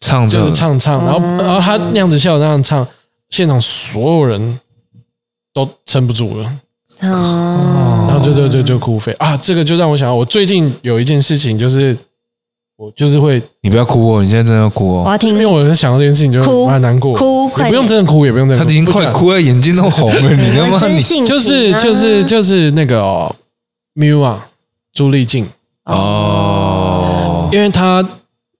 [SPEAKER 3] 唱着
[SPEAKER 1] 就是唱唱，然后
[SPEAKER 3] 嗯
[SPEAKER 1] 然后他那样子笑着那样唱，现场所有人都撑不住了，
[SPEAKER 2] 哦，
[SPEAKER 1] 然后就就就就哭飞啊！这个就让我想到，我最近有一件事情，就是我就是会，
[SPEAKER 3] 你不要哭哦，你现在真的要哭
[SPEAKER 2] 我
[SPEAKER 3] 哦，
[SPEAKER 2] 要听哎
[SPEAKER 1] 因为我在想到这件事情，就
[SPEAKER 2] 哭
[SPEAKER 1] 蛮难过，
[SPEAKER 2] 哭
[SPEAKER 1] 也
[SPEAKER 2] 快
[SPEAKER 1] 不
[SPEAKER 2] 点
[SPEAKER 1] 用真的哭，也不用真的
[SPEAKER 3] 他
[SPEAKER 1] 哭，
[SPEAKER 3] 已经
[SPEAKER 1] 不
[SPEAKER 3] 快
[SPEAKER 1] 想
[SPEAKER 3] 哭了，眼睛都红了，你他
[SPEAKER 2] 我
[SPEAKER 3] 妈
[SPEAKER 2] 真
[SPEAKER 3] 你
[SPEAKER 2] 性情
[SPEAKER 1] 就
[SPEAKER 2] 啊
[SPEAKER 1] 是就是就是那个、哦、Miu 啊，朱丽静，哦
[SPEAKER 3] 哦，
[SPEAKER 1] 因为她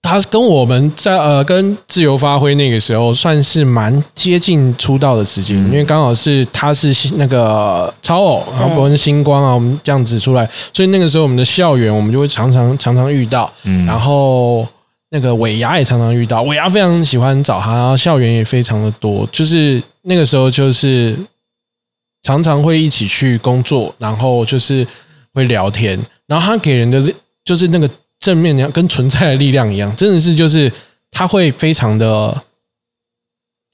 [SPEAKER 1] 她跟我们在呃跟自由发挥那个时候算是蛮接近出道的时间，因为刚好是她是新那个超偶，然后伯恩星光啊，我们这样子出来，所以那个时候我们的校园我们就会常常常常遇到，
[SPEAKER 3] 嗯
[SPEAKER 1] 然后。那个尾牙也常常遇到，尾牙非常喜欢找他，然后校园也非常的多，就是那个时候就是常常会一起去工作，然后就是会聊天，然后他给人的就是那个正面量跟存在的力量一样，真的是就是他会非常的，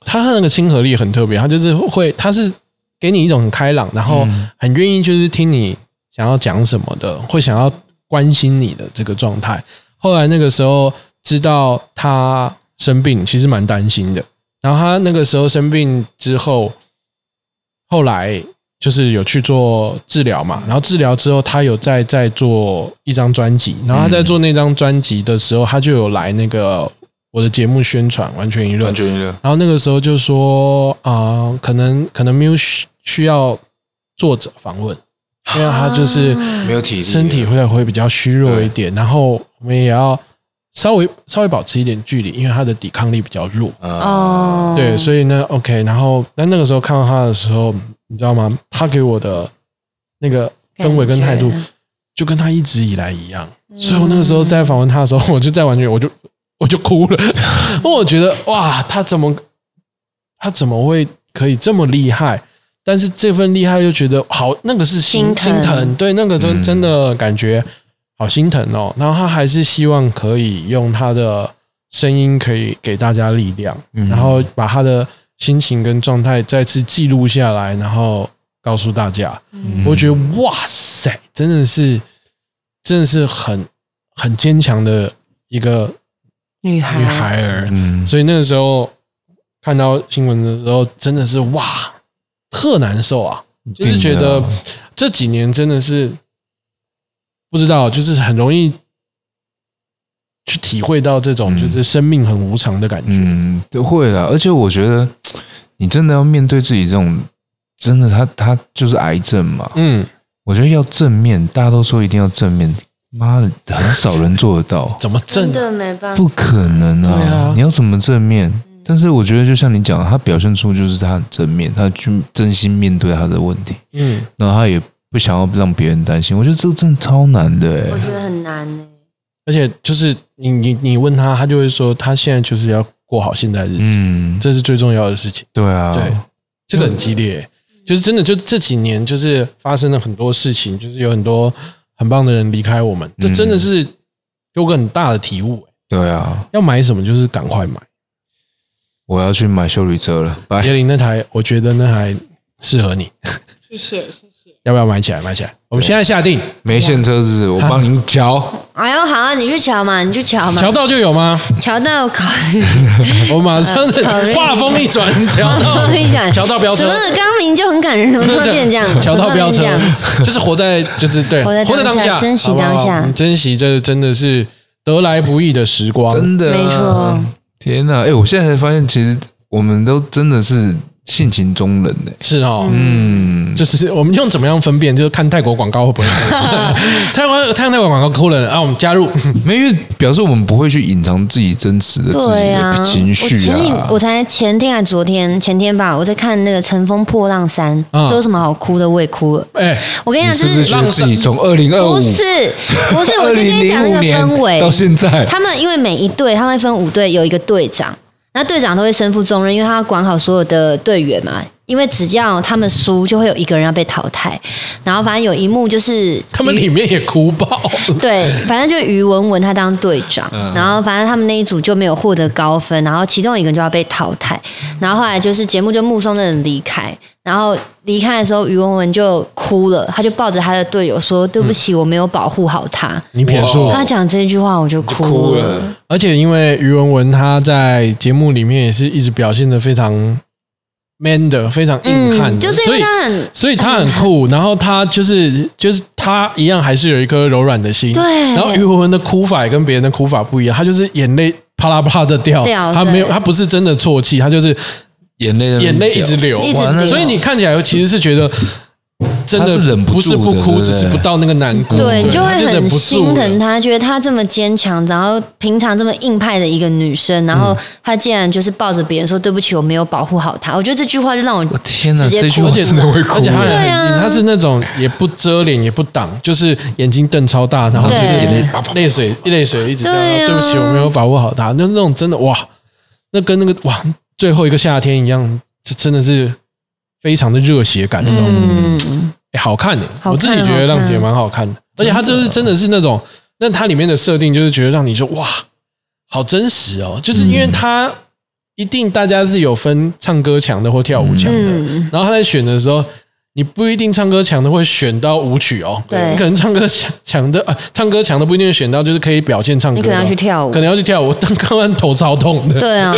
[SPEAKER 1] 他那个亲和力很特别，他就是会他是给你一种很开朗，然后很愿意就是听你想要讲什么的，会想要关心你的这个状态。后来那个时候知道他生病，其实蛮担心的。然后他那个时候生病之后，后来就是有去做治疗嘛，然后治疗之后，他有在在做一张专辑，然后他在做那张专辑的时候，他就有来那个我的节目宣传《完全娱乐》，
[SPEAKER 3] 全娱乐，
[SPEAKER 1] 然后那个时候就说啊、呃可能可能 Muse 需需要作者访问，因为他就是
[SPEAKER 3] 没有体力，
[SPEAKER 1] 身体会会比较虚弱一点，然后我们也要稍微稍微保持一点距离，因为他的抵抗力比较弱。
[SPEAKER 3] 哦，
[SPEAKER 2] 哦，
[SPEAKER 1] 对，所以呢，OK，然后但那个时候看到他的时候，你知道吗？他给我的那个氛围跟态度
[SPEAKER 2] 感觉，嗯
[SPEAKER 1] 就跟他一直以来一样。所以我那个时候在访问他的时候，我就 在完全我就我就哭 了，因为我觉得哇，他怎么他怎么会可以这么厉害？但是这份厉害又觉得好，那个是心
[SPEAKER 2] 心疼
[SPEAKER 1] 心疼，对，那个真
[SPEAKER 3] 嗯
[SPEAKER 1] 真的感觉好心疼哦。然后他还是希望可以用他的声音可以给大家力量，
[SPEAKER 3] 嗯
[SPEAKER 1] 然后把他的心情跟状态再次记录下来，然后告诉大家。
[SPEAKER 3] 嗯
[SPEAKER 1] 我觉得哇塞，真的是真的是很很坚强的一个
[SPEAKER 2] 女孩
[SPEAKER 1] 女孩儿。
[SPEAKER 3] 嗯
[SPEAKER 1] 所以那个时候看到新闻的时候，真的是哇，特难受啊！
[SPEAKER 3] 嗯
[SPEAKER 1] 就是觉得
[SPEAKER 3] 啊
[SPEAKER 1] 这几年真的是不知道，就是很容易去体会到这种
[SPEAKER 3] 嗯
[SPEAKER 1] 就是生命很无常的感觉。
[SPEAKER 3] 嗯，都会啦。而且我觉得你真的要面对自己这种，真的他他就是癌症嘛。
[SPEAKER 1] 嗯，，
[SPEAKER 3] 我觉得要正面，大家都说一定要正面，妈的，很少人做得到
[SPEAKER 1] 怎么
[SPEAKER 2] 真
[SPEAKER 1] 正啊？
[SPEAKER 2] 的没办法，
[SPEAKER 3] 不可能
[SPEAKER 1] 对
[SPEAKER 3] 啊！
[SPEAKER 1] 啊
[SPEAKER 3] 你要怎么正面？
[SPEAKER 2] 嗯
[SPEAKER 3] 但是我觉得，就像你讲，他表现出就是他很正面，他去真心面对他的问题，
[SPEAKER 1] 嗯，
[SPEAKER 3] 然后他也不想要让别人担心。我觉得这个真的超难的、
[SPEAKER 2] 我
[SPEAKER 3] 欸，
[SPEAKER 2] 觉得很难哎、
[SPEAKER 1] 而且就是你你你问他，他就会说他现在就是要过好现在的日子，
[SPEAKER 3] 嗯，
[SPEAKER 1] 这是最重要的事情。
[SPEAKER 3] 对啊，
[SPEAKER 1] 对，这个很激烈、就是真的，就这几年就是发生了很多事情，就是有很多很棒的人离开我
[SPEAKER 3] 嗯
[SPEAKER 1] 们，这真的是有个很大的体悟、欸
[SPEAKER 3] 对啊，
[SPEAKER 1] 要买什么就是赶快买。
[SPEAKER 3] 我要去买修理车了，拜。
[SPEAKER 1] 杰林那台，我觉得那台适合你，
[SPEAKER 2] 谢谢谢谢。
[SPEAKER 1] 要不要买起来？买起来，我们现在下定，
[SPEAKER 3] 没现车子，我帮您 瞧。
[SPEAKER 2] 哎呦，好啊，你去瞧嘛，你去瞧嘛
[SPEAKER 1] 乔，到就有吗？
[SPEAKER 2] 瞧到考
[SPEAKER 1] 我马上
[SPEAKER 2] 呃考虑
[SPEAKER 1] 话锋一转，乔到
[SPEAKER 2] 我跟你 讲，
[SPEAKER 1] 乔到飙车
[SPEAKER 2] 怎么。刚明就很感人，怎么突然变这样？
[SPEAKER 1] 乔到飙车
[SPEAKER 2] 怎么突然变这样，
[SPEAKER 1] 就是活在，就是对，
[SPEAKER 2] 活在
[SPEAKER 1] 活在
[SPEAKER 2] 当
[SPEAKER 1] 当
[SPEAKER 2] 下
[SPEAKER 1] 下，
[SPEAKER 2] 珍惜
[SPEAKER 1] 好不好
[SPEAKER 2] 当下
[SPEAKER 1] 珍惜这真的是得来不易的时光，
[SPEAKER 3] 真的、啊，
[SPEAKER 2] 没错。
[SPEAKER 3] 天哪、哎、我现在才发现，其实我们都真的是性情中人呢、
[SPEAKER 1] 是哦，
[SPEAKER 3] 嗯，
[SPEAKER 1] 就是我们用怎么样分辨，就是看泰国广告会 不会抠人 泰国泰泰国广告抠人啊，我们加入
[SPEAKER 3] 没有，因为表示我们不会去隐藏自己真实的自己
[SPEAKER 2] 对啊
[SPEAKER 3] 的，情绪
[SPEAKER 2] 我前几
[SPEAKER 3] 啊。
[SPEAKER 2] 我才前天还昨天前天吧，我在看那个《乘风破浪三》
[SPEAKER 1] 嗯
[SPEAKER 2] 这有什么好哭的？我也哭了。
[SPEAKER 1] 哎。
[SPEAKER 2] 我跟你
[SPEAKER 3] 啊你
[SPEAKER 2] 讲，就
[SPEAKER 3] 是不是
[SPEAKER 2] 是
[SPEAKER 3] 觉得自己从二零二五
[SPEAKER 2] 不是不是，我
[SPEAKER 3] 二
[SPEAKER 2] 先跟
[SPEAKER 3] 零
[SPEAKER 2] 你讲那
[SPEAKER 3] 零五
[SPEAKER 2] 个
[SPEAKER 3] 年
[SPEAKER 2] 氛围
[SPEAKER 3] 到现在，
[SPEAKER 2] 他们因为每一队他们分五队，有一个队长，那队长都会身负重任，因为他要管好所有的队员嘛。因为只要他们输，就会有一个人要被淘汰。然后反正有一幕就是
[SPEAKER 1] 他们里面也哭爆，
[SPEAKER 2] 对，反正就于文文他当队长，然后反正他们那一组就没有获得高分，然后其中一个人就要被淘汰，然后后来就是节目就目送那人离开，然后离开的时候于文文就哭了，他就抱着他的队友说：“对不起，我没有保护好他。
[SPEAKER 1] 你撇
[SPEAKER 3] 哇
[SPEAKER 1] 说
[SPEAKER 3] 哦，
[SPEAKER 2] 他讲这句话我就哭了，
[SPEAKER 3] 哭了，
[SPEAKER 1] 而且因为于文文她在节目里面也是一直表现的非常 man 的，非常硬汉的，
[SPEAKER 2] 嗯，就是因
[SPEAKER 1] 所
[SPEAKER 2] 为
[SPEAKER 1] 以
[SPEAKER 2] 他很
[SPEAKER 1] 所以她很 酷，然后她就是就是她一样还是有一颗柔软的心，
[SPEAKER 2] 对
[SPEAKER 1] 然后于文文的哭法也跟别人的哭法不一样，她就是眼泪啪啦啪啦的掉，
[SPEAKER 2] 掉
[SPEAKER 1] 她没有
[SPEAKER 2] 对
[SPEAKER 1] 她不是真的啜泣，她就是
[SPEAKER 3] 眼泪
[SPEAKER 1] 眼泪一直流，
[SPEAKER 2] 一直
[SPEAKER 3] 哇那
[SPEAKER 2] 流
[SPEAKER 1] 所以你看起来其实是觉得。真的
[SPEAKER 3] 她是忍不
[SPEAKER 1] 不是
[SPEAKER 3] 住的
[SPEAKER 1] 不
[SPEAKER 3] 对
[SPEAKER 1] 哭，
[SPEAKER 3] 不对
[SPEAKER 1] 只是不到那个难过，
[SPEAKER 2] 对，就会
[SPEAKER 1] 她就忍
[SPEAKER 2] 很
[SPEAKER 1] 不住
[SPEAKER 2] 心
[SPEAKER 1] 了
[SPEAKER 2] 疼她，觉得她这么坚强，然后平常这么硬派的一个女生，然后她竟然就是抱着别人说对不起，我没有保护好她。我觉得这句话就让我
[SPEAKER 3] 我天哪，
[SPEAKER 2] 直接
[SPEAKER 3] 这句话
[SPEAKER 2] 哭
[SPEAKER 3] 真的会哭
[SPEAKER 1] 而且他很
[SPEAKER 3] 欸
[SPEAKER 2] 对啊
[SPEAKER 1] 他是那种也不遮脸也不挡，就是眼睛瞪超大，然后就是
[SPEAKER 2] 对
[SPEAKER 1] 眼泪啪啪泪水泪水一直掉。
[SPEAKER 2] 对
[SPEAKER 1] 然
[SPEAKER 2] 啊
[SPEAKER 1] 后对不起，我没有把握好他。那那种真的哇，那跟那个哇最后一个夏天一样，这真的是非常的热血感那种，
[SPEAKER 2] 嗯，
[SPEAKER 1] 诶好看的、
[SPEAKER 2] 好看啊
[SPEAKER 1] 我自己觉得
[SPEAKER 2] 好看
[SPEAKER 1] 浪姐蛮好看的，而且它就是真的是那种，那它里面的设定就是觉得让你说哇，好真实哦，就是因为它一定大家是有分唱歌强的或跳舞强的。
[SPEAKER 2] 嗯
[SPEAKER 1] 然后他在选的时候，你不一定唱歌强的会选到舞曲哦，
[SPEAKER 2] 对
[SPEAKER 1] 你可能唱歌强强的啊，唱歌强的不一定会选到，就是可以表现唱歌
[SPEAKER 2] 你
[SPEAKER 1] 的哦，
[SPEAKER 2] 可能要去跳舞
[SPEAKER 1] 可，能要去跳舞，但刚刚头超痛的，
[SPEAKER 2] 对啊，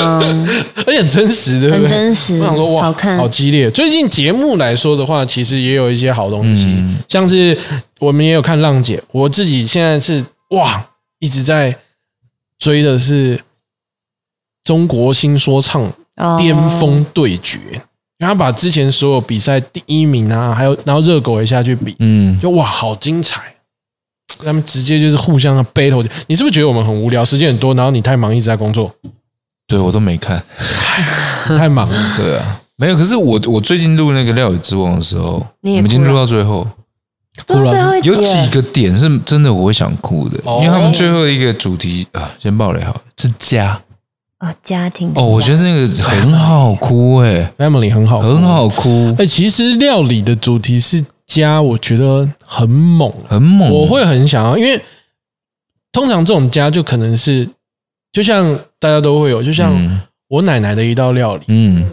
[SPEAKER 1] 而且很真实，对不对？
[SPEAKER 2] 很真实
[SPEAKER 1] 我想说，哇，
[SPEAKER 2] 好看
[SPEAKER 1] 好激烈。最近节目来说的话，其实也有一些好东西，
[SPEAKER 3] 嗯
[SPEAKER 1] 像是我们也有看浪姐，我自己现在是哇，一直在追的是中国新说唱
[SPEAKER 2] 哦
[SPEAKER 1] 巅峰对决，然后把之前所有比赛第一名啊，还有然后热狗也下去比，
[SPEAKER 3] 嗯，
[SPEAKER 1] 就哇，好精彩！他们直接就是互相的 battle。你是不是觉得我们很无聊，时间很多，然后你太忙一直在工作，
[SPEAKER 3] 对我都没看。
[SPEAKER 1] 太忙了？
[SPEAKER 3] 对啊，没有。可是我我最近录那个《料理之王》的时候，我
[SPEAKER 2] 你也
[SPEAKER 3] 们已经
[SPEAKER 2] 哭
[SPEAKER 3] 录
[SPEAKER 2] 了
[SPEAKER 3] 到最后，
[SPEAKER 2] 都是最后一集
[SPEAKER 3] 有几
[SPEAKER 2] 了
[SPEAKER 3] 个点是真的我会想哭的，
[SPEAKER 1] 哦
[SPEAKER 3] 因为他们最后一个主题啊，先爆雷好了是家
[SPEAKER 2] 哦，家庭
[SPEAKER 3] 哦，我觉得那个很好哭哎、
[SPEAKER 1] ，Family 很好，
[SPEAKER 3] 很。好哭
[SPEAKER 1] 哎、，其实料理的主题是家，我觉得很猛啊、
[SPEAKER 3] 很猛。
[SPEAKER 1] 我会很想要，因为通常这种家就可能是，就像大家都会有，就像
[SPEAKER 3] 嗯
[SPEAKER 1] 我奶奶的一道料理，
[SPEAKER 3] 嗯，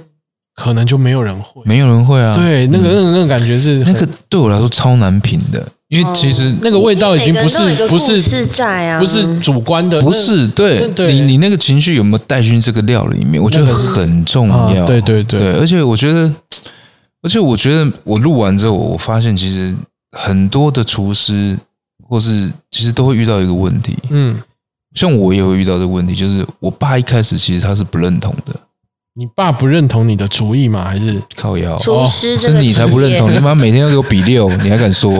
[SPEAKER 1] 可能就没有人会。
[SPEAKER 3] 没有人会啊，
[SPEAKER 1] 对，那个
[SPEAKER 3] 嗯
[SPEAKER 1] 那个那个感觉是
[SPEAKER 3] 那
[SPEAKER 1] 很哦
[SPEAKER 3] 个对我来说超难评的，因为其实
[SPEAKER 1] 那个味道已经不
[SPEAKER 2] 每个
[SPEAKER 1] 是
[SPEAKER 2] 人都有一个
[SPEAKER 1] 不
[SPEAKER 2] 故事
[SPEAKER 1] 是
[SPEAKER 2] 在啊
[SPEAKER 1] 不是主观的，
[SPEAKER 3] 不
[SPEAKER 1] 那
[SPEAKER 3] 是对
[SPEAKER 1] 那对
[SPEAKER 3] 你你那个情绪有没有带进这个料里面？我觉得很重要。
[SPEAKER 1] 啊对对对
[SPEAKER 3] 嗯对而且我觉得，而且我觉得我录完之后，我发现其实很多的厨师或是其实都会遇到一个问题，
[SPEAKER 1] 嗯，
[SPEAKER 3] 像我也会遇到这个问题，就是我爸一开始其实他是不认同的，
[SPEAKER 1] 你爸不认同你的主意吗？还是
[SPEAKER 3] 靠腰。
[SPEAKER 2] 厨师这
[SPEAKER 3] 哦是
[SPEAKER 2] 个
[SPEAKER 3] 你才不认同，
[SPEAKER 2] 职
[SPEAKER 3] 你
[SPEAKER 2] 业
[SPEAKER 3] 妈每天要给我比六，你还敢说？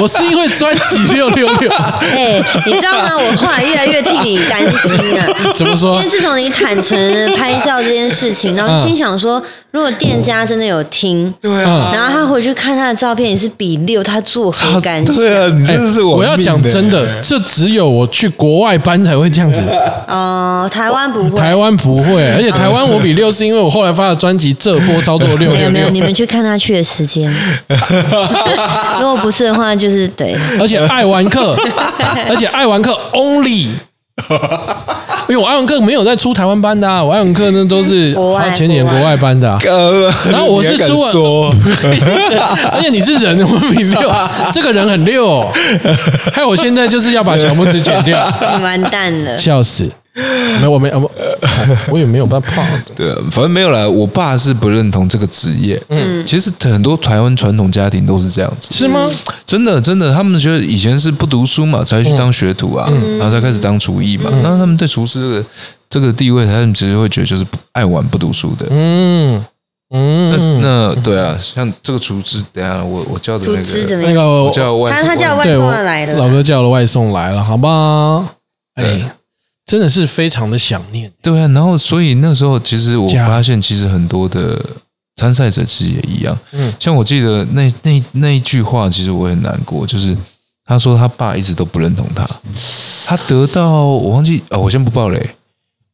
[SPEAKER 1] 我是因为专辑六六六？
[SPEAKER 2] 哎，你知道吗？我后来越来越替你担心啊了。
[SPEAKER 1] 怎么说嗯
[SPEAKER 2] 因为？自从你坦诚拍照这件事情，然后心想说，如果店家真的有听，
[SPEAKER 3] 对
[SPEAKER 1] 啊
[SPEAKER 2] 然后他回去看他的照片也是比六，他作何 感想？
[SPEAKER 3] 对啊，你真的是
[SPEAKER 1] 哎我要
[SPEAKER 3] 命
[SPEAKER 1] 讲
[SPEAKER 3] 欸
[SPEAKER 1] 真的，这只有我去国外班才会这 样子，
[SPEAKER 2] 哦、台湾不会，
[SPEAKER 1] 台湾不会。而且台湾我比六是因为我后来发的专辑《这波操作六
[SPEAKER 2] 没有
[SPEAKER 1] 六
[SPEAKER 2] 没有，
[SPEAKER 1] 六
[SPEAKER 2] 你》，们去看他去的时间，如果不是的话，就是对，
[SPEAKER 1] 而且爱玩客，而且爱玩客 only。因为我爱玩客没有在出台湾班的、啊，我爱玩客那都是
[SPEAKER 2] 国外
[SPEAKER 1] 啊前几年
[SPEAKER 2] 国
[SPEAKER 1] 国
[SPEAKER 2] 外
[SPEAKER 1] 外班 的、啊，
[SPEAKER 3] 呃，
[SPEAKER 1] 然后我是
[SPEAKER 3] 你还敢
[SPEAKER 1] 猪啊
[SPEAKER 3] 说，
[SPEAKER 1] 而且你是人，我比六，这个人很六、哦，害我现在就是要把小拇指剪掉，
[SPEAKER 2] 你完蛋了。
[SPEAKER 1] 笑死！没有，我没，我我也没有办法。
[SPEAKER 3] 对，反正没有啦。我爸是不认同这个职业。嗯，其实很多台湾传统家庭都是这样子，
[SPEAKER 1] 是吗？
[SPEAKER 3] 真的真的，他们觉得
[SPEAKER 1] 嗯
[SPEAKER 3] 以前是不读书嘛，才去当学徒啊，然后才开始当厨艺嘛。那他们对厨师这个这个地位，他们其实会觉得就是不爱玩不读书的。
[SPEAKER 1] 嗯嗯，
[SPEAKER 3] 那那对啊，像这个厨师，等一下我我叫的那
[SPEAKER 2] 厨师怎
[SPEAKER 3] 个，
[SPEAKER 2] 么
[SPEAKER 1] 那
[SPEAKER 2] 样？
[SPEAKER 1] 个
[SPEAKER 3] 我叫外
[SPEAKER 2] 他他叫外
[SPEAKER 1] 对
[SPEAKER 2] 送
[SPEAKER 1] 我
[SPEAKER 2] 的来的，
[SPEAKER 1] 老哥叫了外送来了，好吧？
[SPEAKER 3] 对
[SPEAKER 1] 哎，真的是非常的想念。
[SPEAKER 3] 对啊，然后所以那时候其实我
[SPEAKER 1] 加
[SPEAKER 3] 发现，其实很多的参赛者其实也一样。
[SPEAKER 1] 嗯
[SPEAKER 3] 像我记得那那那一句话，其实我也很难过，就是他说他爸一直都不认同他，他得到我忘记啊、我先不爆雷，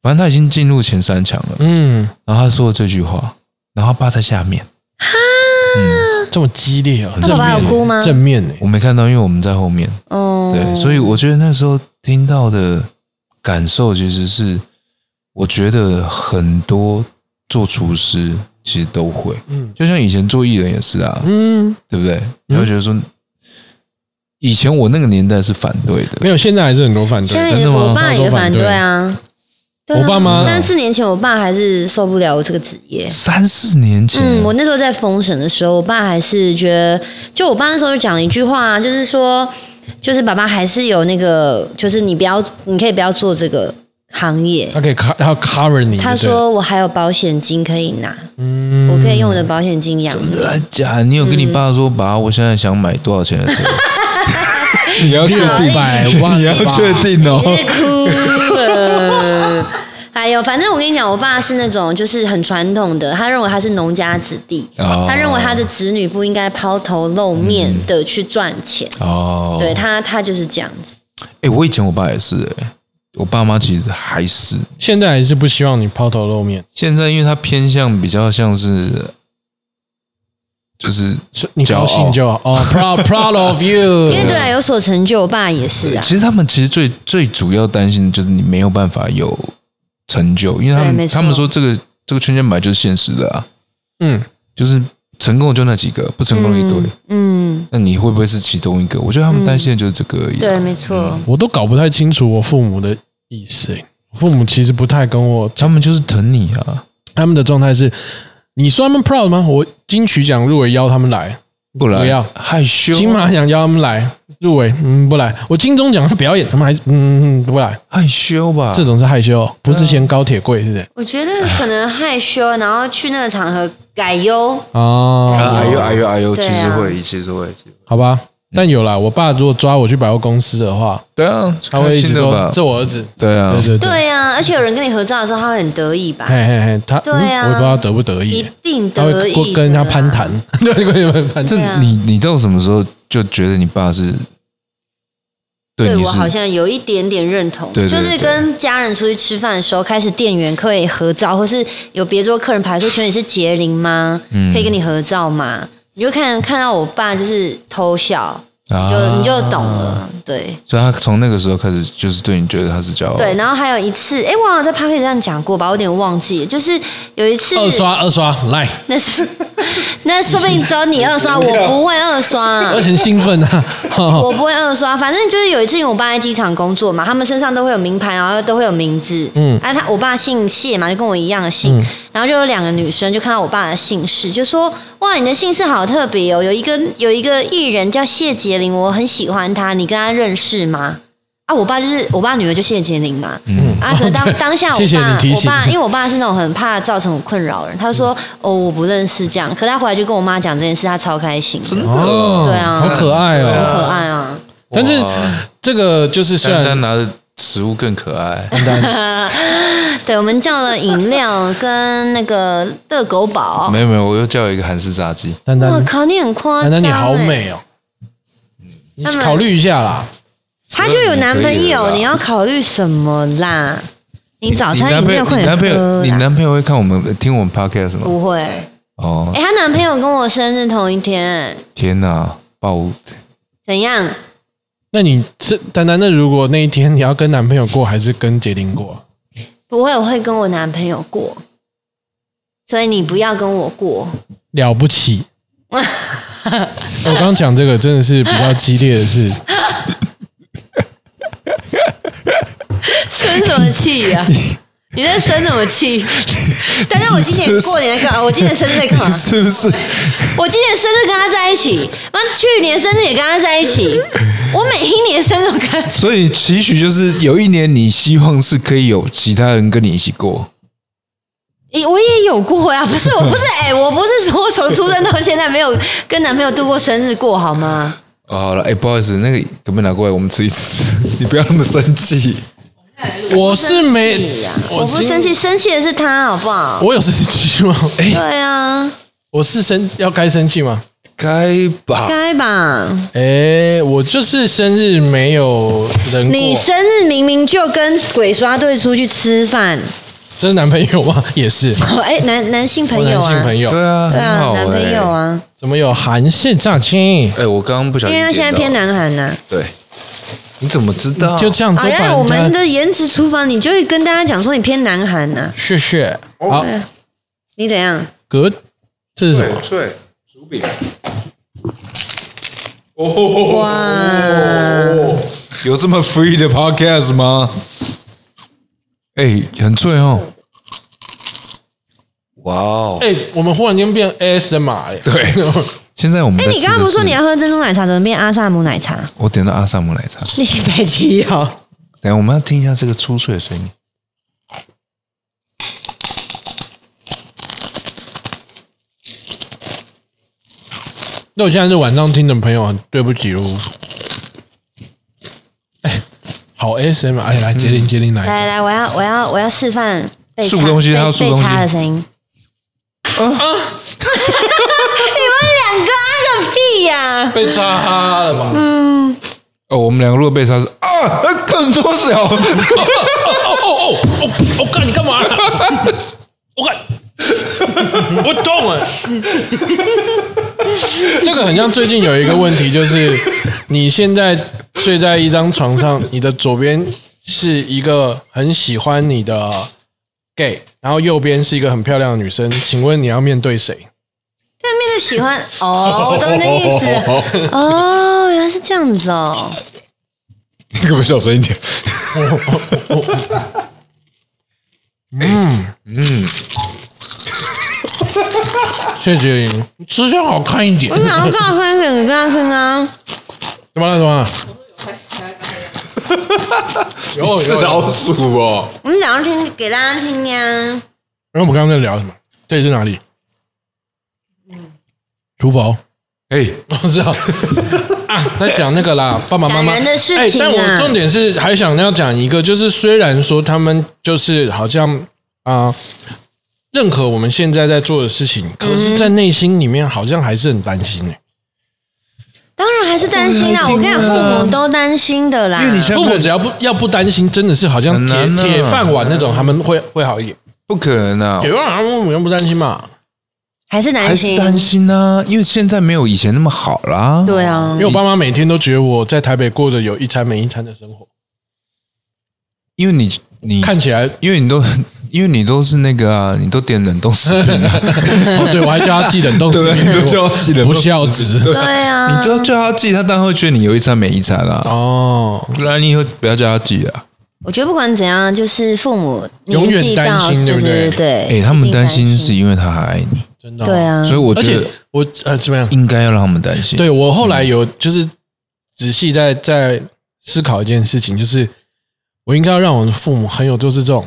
[SPEAKER 3] 反正他已经进入前三强了。
[SPEAKER 1] 嗯，
[SPEAKER 3] 然后他说了这句话，然后他爸在下面，嗯，
[SPEAKER 1] 这么激烈啊！
[SPEAKER 3] 他
[SPEAKER 1] 正
[SPEAKER 2] 爸爸
[SPEAKER 1] 面
[SPEAKER 2] 有
[SPEAKER 1] 呢
[SPEAKER 2] 哭吗
[SPEAKER 1] 正面呢？
[SPEAKER 3] 我没看到，因为我们在后面。
[SPEAKER 2] 哦，
[SPEAKER 3] 对，所以我觉得那时候听到的感受其实是，我觉得很多做厨师其实都会，
[SPEAKER 1] 嗯
[SPEAKER 3] 就像以前做艺人也是啊，
[SPEAKER 1] 嗯，
[SPEAKER 3] 对不对？你会觉得说，以前我那个年代是反对
[SPEAKER 1] 没
[SPEAKER 3] 的，
[SPEAKER 1] 有，现在还是很多反
[SPEAKER 2] 现
[SPEAKER 1] 对。
[SPEAKER 2] 在
[SPEAKER 3] 真
[SPEAKER 2] 也
[SPEAKER 3] 的吗
[SPEAKER 2] 我爸也反对啊。对啊
[SPEAKER 1] 我爸妈
[SPEAKER 2] 三四年前，我爸还是受不了我这个职业。
[SPEAKER 3] 三四年前，
[SPEAKER 2] 嗯，我那时候在封神的时候，我爸还是觉得，就我爸那时候就讲了一句话、啊，就是说，就是爸爸还是有那个，就是你不要，你可以不要做这个行业。
[SPEAKER 1] 他可以 cover，他要 cover
[SPEAKER 3] 嗯
[SPEAKER 1] 你。
[SPEAKER 2] 他
[SPEAKER 1] 对不对，
[SPEAKER 2] 说我还有保险金可以拿，
[SPEAKER 1] 嗯
[SPEAKER 2] 我可以用我的保险金养你。
[SPEAKER 3] 真的假哎的？你有跟你爸说，爸，我现在想买多少钱的车？你要
[SPEAKER 2] 定
[SPEAKER 1] 六百万，
[SPEAKER 3] 你 要确。定哦。
[SPEAKER 2] 你在哭
[SPEAKER 3] 嗯
[SPEAKER 2] 了。 哎呦，反正我跟你讲，我爸是那种就是很传统的，他认为他是农家子弟，
[SPEAKER 3] 哦嗯
[SPEAKER 2] 他认为他的子女不应该抛头露面的去赚钱。
[SPEAKER 3] 哦，
[SPEAKER 2] 对他，他就是这样子。
[SPEAKER 3] 哎、我以前我爸也是、哎，我爸妈其实还是，
[SPEAKER 1] 现在还是不希望你抛头露面，
[SPEAKER 3] 现在因为他偏向比较像是，就是
[SPEAKER 1] 是你
[SPEAKER 3] 骄傲
[SPEAKER 1] 高兴就好。哦，proud proud of you。
[SPEAKER 2] 因为对啊，有所成就，我爸也是啊。
[SPEAKER 3] 其实他们其实最最主要担心的就是你没有办法有成就，因为他
[SPEAKER 2] 对没
[SPEAKER 3] 们
[SPEAKER 2] 错
[SPEAKER 3] 他们说这个这个圈圈本来就是现实的啊，
[SPEAKER 1] 嗯，
[SPEAKER 3] 就是成功的就那几个，不成功的一堆。
[SPEAKER 2] 嗯，
[SPEAKER 3] 那你会不会是其中一个？我觉得他们担心的就是这个而已啊、
[SPEAKER 2] 对，没错。
[SPEAKER 1] 我都搞不太清楚我父母的意思。欸我父母其实不太跟我，
[SPEAKER 3] 他们就是疼你啊，
[SPEAKER 1] 他们的状态是，你说他们 proud 吗？我金曲奖入围邀他们来，
[SPEAKER 3] 不然
[SPEAKER 1] 不要
[SPEAKER 3] 害羞，啊
[SPEAKER 1] 金马奖邀他们来入围，嗯，不来。我金钟奖表演，他们还是嗯嗯不来。
[SPEAKER 3] 害羞吧？
[SPEAKER 1] 这种是害羞，不是嫌高铁贵，是不是？
[SPEAKER 2] 我觉得可能害羞，然后去那个场合改优。
[SPEAKER 1] 哦，
[SPEAKER 3] 啊哎呦嗯哎呦哎呦，
[SPEAKER 2] 对
[SPEAKER 3] 其
[SPEAKER 2] 啊
[SPEAKER 3] 实会，其实会，其实会
[SPEAKER 1] 好吧。但有啦，我爸如果抓我去百货公司的话，
[SPEAKER 3] 对啊，
[SPEAKER 1] 他会一直
[SPEAKER 3] 开心的吧
[SPEAKER 1] 说？这我儿子。
[SPEAKER 3] 对啊
[SPEAKER 1] 对，对对，
[SPEAKER 2] 对呀、啊，而且有人跟你合照的时候，他会很得意吧？
[SPEAKER 1] 嘿嘿嘿，他嗯
[SPEAKER 2] 对啊
[SPEAKER 1] 我也不知道得不得
[SPEAKER 2] 一
[SPEAKER 1] 意，
[SPEAKER 2] 定
[SPEAKER 1] 他
[SPEAKER 2] 得
[SPEAKER 1] 会
[SPEAKER 2] 意的啊
[SPEAKER 1] 过。跟他攀谈， 对，跟你们攀谈。
[SPEAKER 2] 对啊
[SPEAKER 3] 这你你到什么时候就觉得你爸是对
[SPEAKER 2] 对
[SPEAKER 3] 你
[SPEAKER 2] 我
[SPEAKER 3] 是
[SPEAKER 2] 好像有一点点认同，
[SPEAKER 3] 对对
[SPEAKER 2] 就
[SPEAKER 3] 对
[SPEAKER 2] 是跟家人出去吃饭的时候，开始店员可以合照，或是有别桌客人排说：“请问你是杰林吗？
[SPEAKER 3] 嗯
[SPEAKER 2] 可以跟你合照吗？”你就看看到我爸就是偷笑，
[SPEAKER 3] 啊
[SPEAKER 2] 就、你就懂了，对
[SPEAKER 3] 所以他从那个时候开始，就是对你觉得他是骄
[SPEAKER 1] 哦
[SPEAKER 3] 傲。
[SPEAKER 2] 对。，然后还有一次，哎，我好像在 p a r k 上讲过吧，我有点忘记了，就是有一次
[SPEAKER 1] 二刷二刷来，
[SPEAKER 2] 那是那说不定只有你 二刷，我不会二刷
[SPEAKER 1] 我。很兴奋 啊！
[SPEAKER 2] 我不会二刷，反正就是有一次，因为我爸在机场工作嘛，他们身上都会有名牌，然后都会有名字。嗯，啊，他我爸姓谢嘛，就跟我一样的姓，
[SPEAKER 1] 嗯
[SPEAKER 2] 然后就有两个女生就看到我爸的姓氏，就说：“哇，你的姓氏好特别哦，有一个有一个艺人叫谢杰林，我很喜欢他，你跟他认识吗？”啊，我爸就是我爸女儿就谢杰林嘛，嗯，啊，可 是当当下我爸
[SPEAKER 1] 谢谢你提
[SPEAKER 2] 我
[SPEAKER 1] 醒
[SPEAKER 2] 爸因为我爸是那种很怕造成我困扰的人，他说、哦我不认识这样，可他回来就跟我妈讲这件事，他超开心的，
[SPEAKER 1] 哦，
[SPEAKER 2] 对啊
[SPEAKER 1] 好可爱
[SPEAKER 3] 对
[SPEAKER 2] 很
[SPEAKER 1] 哦。
[SPEAKER 2] 可爱啊。
[SPEAKER 1] 但是这个就是虽
[SPEAKER 3] 丹
[SPEAKER 1] 然
[SPEAKER 3] 丹拿啊的食物更可爱。
[SPEAKER 2] 对，我们叫了饮料跟那个热狗堡。
[SPEAKER 3] 没有没有，我又叫一个韩式炸鸡。
[SPEAKER 1] 丹
[SPEAKER 2] 我
[SPEAKER 1] 丹
[SPEAKER 2] 靠，你很夸
[SPEAKER 1] 丹
[SPEAKER 2] 张、欸！
[SPEAKER 1] 丹哎你好，美哦，你
[SPEAKER 2] 他们
[SPEAKER 1] 考虑一下啦。
[SPEAKER 2] 他就有男朋友，你
[SPEAKER 3] 你
[SPEAKER 2] 要考虑什么啦？你早餐饮料快
[SPEAKER 3] 你
[SPEAKER 2] 点
[SPEAKER 3] 男朋
[SPEAKER 2] 喝
[SPEAKER 3] 友，你
[SPEAKER 2] 啦！
[SPEAKER 3] 男朋友会看我们听我们 podcast 吗？
[SPEAKER 2] 不会，
[SPEAKER 3] 哦
[SPEAKER 2] 哎、，她男朋友跟我生日同一天，
[SPEAKER 3] 天哪， 爆！
[SPEAKER 2] 怎样？
[SPEAKER 1] 那你这丹丹，那如果那一天你要跟男朋友过，还是跟杰林过啊？
[SPEAKER 2] 不会，我会跟我男朋友过，所以你不要跟我过。
[SPEAKER 1] 了不起！我刚讲这个真的是比较激烈的 事，
[SPEAKER 2] 生什么气 呀、你在生什么气？但是我今年过年在干嘛？我今年生日在干嘛？
[SPEAKER 3] 是不是？
[SPEAKER 2] 我今年生日跟他在一起，妈去年生日也跟他在一起，我每一年生日都跟他
[SPEAKER 3] 所以期许就是有一年你希望是可以有其他人跟你一起过，
[SPEAKER 2] 诶我也有过呀、不是，我不是，哎、我不是说从出生到现在没有跟男朋友度过生日过，好吗？
[SPEAKER 3] 哦，好了，哎、不好意思，那个可不可以拿过来，我们吃一吃？你不要那么生 气。
[SPEAKER 1] 我是没
[SPEAKER 2] 生气啊，我不
[SPEAKER 1] 今
[SPEAKER 2] 生气，生气的是他，好不好？
[SPEAKER 1] 我有生气吗？哎，
[SPEAKER 2] 对啊，
[SPEAKER 1] 我是生要该生气吗？
[SPEAKER 3] 该吧？
[SPEAKER 2] 该吧？
[SPEAKER 1] 哎，我就是生日没有人过，
[SPEAKER 2] 你生日明明就跟鬼刷队出去吃饭，
[SPEAKER 1] 这是男朋友吗？ 也是，
[SPEAKER 2] 哦，哎、男男性朋
[SPEAKER 1] 我
[SPEAKER 2] 友
[SPEAKER 1] 哦男性
[SPEAKER 2] 啊，
[SPEAKER 1] 朋友，欸
[SPEAKER 3] 对啊，
[SPEAKER 2] 对
[SPEAKER 3] 很
[SPEAKER 2] 啊
[SPEAKER 3] 好，
[SPEAKER 2] 男朋友。啊，
[SPEAKER 1] 怎么有韩式炸鸡？
[SPEAKER 3] 哎、我刚刚不小
[SPEAKER 2] 因
[SPEAKER 3] 心
[SPEAKER 2] 为他
[SPEAKER 3] 点到，
[SPEAKER 2] 现在偏南韩呐、
[SPEAKER 3] 对，你怎么知道？
[SPEAKER 1] 就这样都
[SPEAKER 2] 好
[SPEAKER 1] 把
[SPEAKER 2] 像我们
[SPEAKER 1] 人家
[SPEAKER 2] 的颜值厨房，你就会跟大家讲说你偏南韩呐、
[SPEAKER 1] 谢谢，好
[SPEAKER 2] 对啊，你怎样？
[SPEAKER 1] ，good，这是什么？
[SPEAKER 3] 脆薯饼。
[SPEAKER 2] 哇，
[SPEAKER 3] 有这么 free 的 podcast 吗？哎、很脆哦。哇哦！
[SPEAKER 1] 哎，我们忽然间变 S 哎的马了，
[SPEAKER 3] 对，现在我们
[SPEAKER 2] 哎、
[SPEAKER 3] 在
[SPEAKER 2] 你刚刚
[SPEAKER 3] 吃的
[SPEAKER 2] 不是说
[SPEAKER 3] 是
[SPEAKER 2] 你要喝珍珠奶茶，怎么变阿萨姆奶茶？
[SPEAKER 3] 我点了阿萨姆奶茶。
[SPEAKER 2] 你白痴哦！
[SPEAKER 3] 等一下我们要听一下这个出脆的声音。
[SPEAKER 1] 那我现在是晚上听的朋友，很对不起喽。哦哎，好 S M，哎，来杰林杰林来，
[SPEAKER 2] 来来，我要我要我要示范被
[SPEAKER 3] 竖
[SPEAKER 2] 擦
[SPEAKER 3] 东西
[SPEAKER 2] 被
[SPEAKER 3] 还有竖
[SPEAKER 2] 被
[SPEAKER 3] 东西啊
[SPEAKER 2] 擦的声音。 你们两个按个屁呀、
[SPEAKER 1] 被插哈了吧？
[SPEAKER 3] 哦，我们两个如果被杀是啊，更多 小，
[SPEAKER 1] 哦哦哦，我干你干嘛？我干，我动了。这个很像最近有一个问题，就是你现在睡在一张床上，你的左边是一个很喜欢你的 gay，然后右边是一个很漂亮的女生，请问你要面对谁？
[SPEAKER 2] 对面就喜欢 哦，我懂你的意思哦，原来是这样子哦。
[SPEAKER 3] 你可不可以小声一点？
[SPEAKER 1] 谢谢杰林，吃相好看一点。
[SPEAKER 2] 我想要大声点，你大声啊！
[SPEAKER 1] 怎么了？怎么了？ 有
[SPEAKER 3] 是
[SPEAKER 1] 有有。
[SPEAKER 3] 老鼠哦，
[SPEAKER 2] 我们想要听给大家听呀。
[SPEAKER 1] 然后我们刚刚在聊什么？这里是哪里？厨房。
[SPEAKER 3] 嗯哎、
[SPEAKER 1] 我 知道啊，在讲那个啦，爸爸妈妈哎
[SPEAKER 2] 感人的事情啊
[SPEAKER 1] 但我重点是还想要讲一个，就是虽然说他们就是好像啊、呃认可我们现在在做的事情，可是，
[SPEAKER 2] 嗯
[SPEAKER 1] 在内心里面好像还是很担心哎、
[SPEAKER 2] 当然还是担心啦，我跟你讲，父母都担心的啦。
[SPEAKER 3] 因为你现在
[SPEAKER 1] 父母只要不要不担心，真的是好像
[SPEAKER 3] 很
[SPEAKER 1] 铁
[SPEAKER 3] 难啊
[SPEAKER 1] 铁饭碗那种，他们会会好一点。
[SPEAKER 3] 不可能啊
[SPEAKER 1] 铁，饭碗，我们不担心嘛，
[SPEAKER 2] 还是
[SPEAKER 3] 还
[SPEAKER 2] 担
[SPEAKER 3] 是
[SPEAKER 2] 心，
[SPEAKER 3] 担心啊，因为现在没有以前那么好啦。
[SPEAKER 2] 对啊
[SPEAKER 1] 因，为我爸妈每天都觉得我在台北过着有一餐没一餐的生活，
[SPEAKER 3] 因为你你
[SPEAKER 1] 看起来。
[SPEAKER 3] 因为你都因为你都是那个啊，你都点冷冻食品啊，
[SPEAKER 1] 哦，对，我还叫他寄冷冻食品
[SPEAKER 3] 对
[SPEAKER 1] 给
[SPEAKER 3] 啊
[SPEAKER 1] 我，
[SPEAKER 3] 都叫他寄冷
[SPEAKER 1] 不
[SPEAKER 3] 冻
[SPEAKER 1] 孝子
[SPEAKER 2] 对啊
[SPEAKER 3] 你，都要叫他寄，他当然会觉得你有一餐没一啊餐啦。
[SPEAKER 1] 哦。
[SPEAKER 3] 不然你以后不要叫他寄啊。
[SPEAKER 2] 我觉得不管怎样，就是父母
[SPEAKER 1] 永远
[SPEAKER 2] 年纪
[SPEAKER 1] 担
[SPEAKER 2] 到
[SPEAKER 1] 心对
[SPEAKER 2] 对
[SPEAKER 1] 不对
[SPEAKER 2] 对对，
[SPEAKER 3] 哎、他们
[SPEAKER 2] 一定
[SPEAKER 3] 担心是因为他还爱你，
[SPEAKER 1] 真的、哦
[SPEAKER 2] 对，啊，
[SPEAKER 3] 所以我
[SPEAKER 1] 而
[SPEAKER 3] 觉得
[SPEAKER 1] 且我呃怎么样？
[SPEAKER 3] 应该要让他们担心。
[SPEAKER 1] 对我后来有就是仔细在在思考一件事情，就是我应该要让我的父母很有就是这种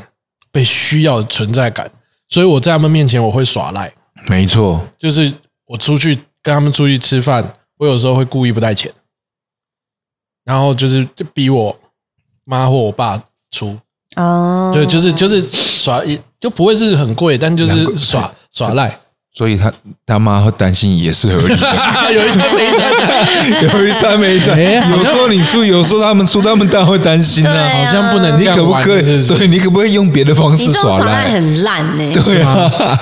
[SPEAKER 1] 被需要的存在感，所以我在他们面前我会耍赖，
[SPEAKER 3] 没错，
[SPEAKER 1] 就是我出去跟他们出去吃饭，我有时候会故意不带钱，然后就是就逼我妈或我爸出，
[SPEAKER 2] 哦，
[SPEAKER 1] 对，就是就是耍也就不会是很贵，但就是
[SPEAKER 3] 难怪
[SPEAKER 1] 耍耍赖，
[SPEAKER 3] 所以他他妈会担心也是合理 的。
[SPEAKER 1] 有一餐没一餐。
[SPEAKER 3] 有一餐没一 餐，
[SPEAKER 1] 哎好
[SPEAKER 3] 有时候你出，有时候他们出，他们当然会担心
[SPEAKER 2] 对
[SPEAKER 3] 啊。
[SPEAKER 2] 啊
[SPEAKER 1] 好像不能
[SPEAKER 3] 你
[SPEAKER 1] 这样
[SPEAKER 3] 可不
[SPEAKER 1] 玩
[SPEAKER 3] 可
[SPEAKER 1] 是
[SPEAKER 3] 以？
[SPEAKER 1] 不是
[SPEAKER 3] 对你可不可以用别的方
[SPEAKER 2] 你
[SPEAKER 3] 式
[SPEAKER 2] 这种
[SPEAKER 3] 耍
[SPEAKER 2] 耍赖
[SPEAKER 3] 赖？
[SPEAKER 2] 很烂呢、
[SPEAKER 3] 对啊，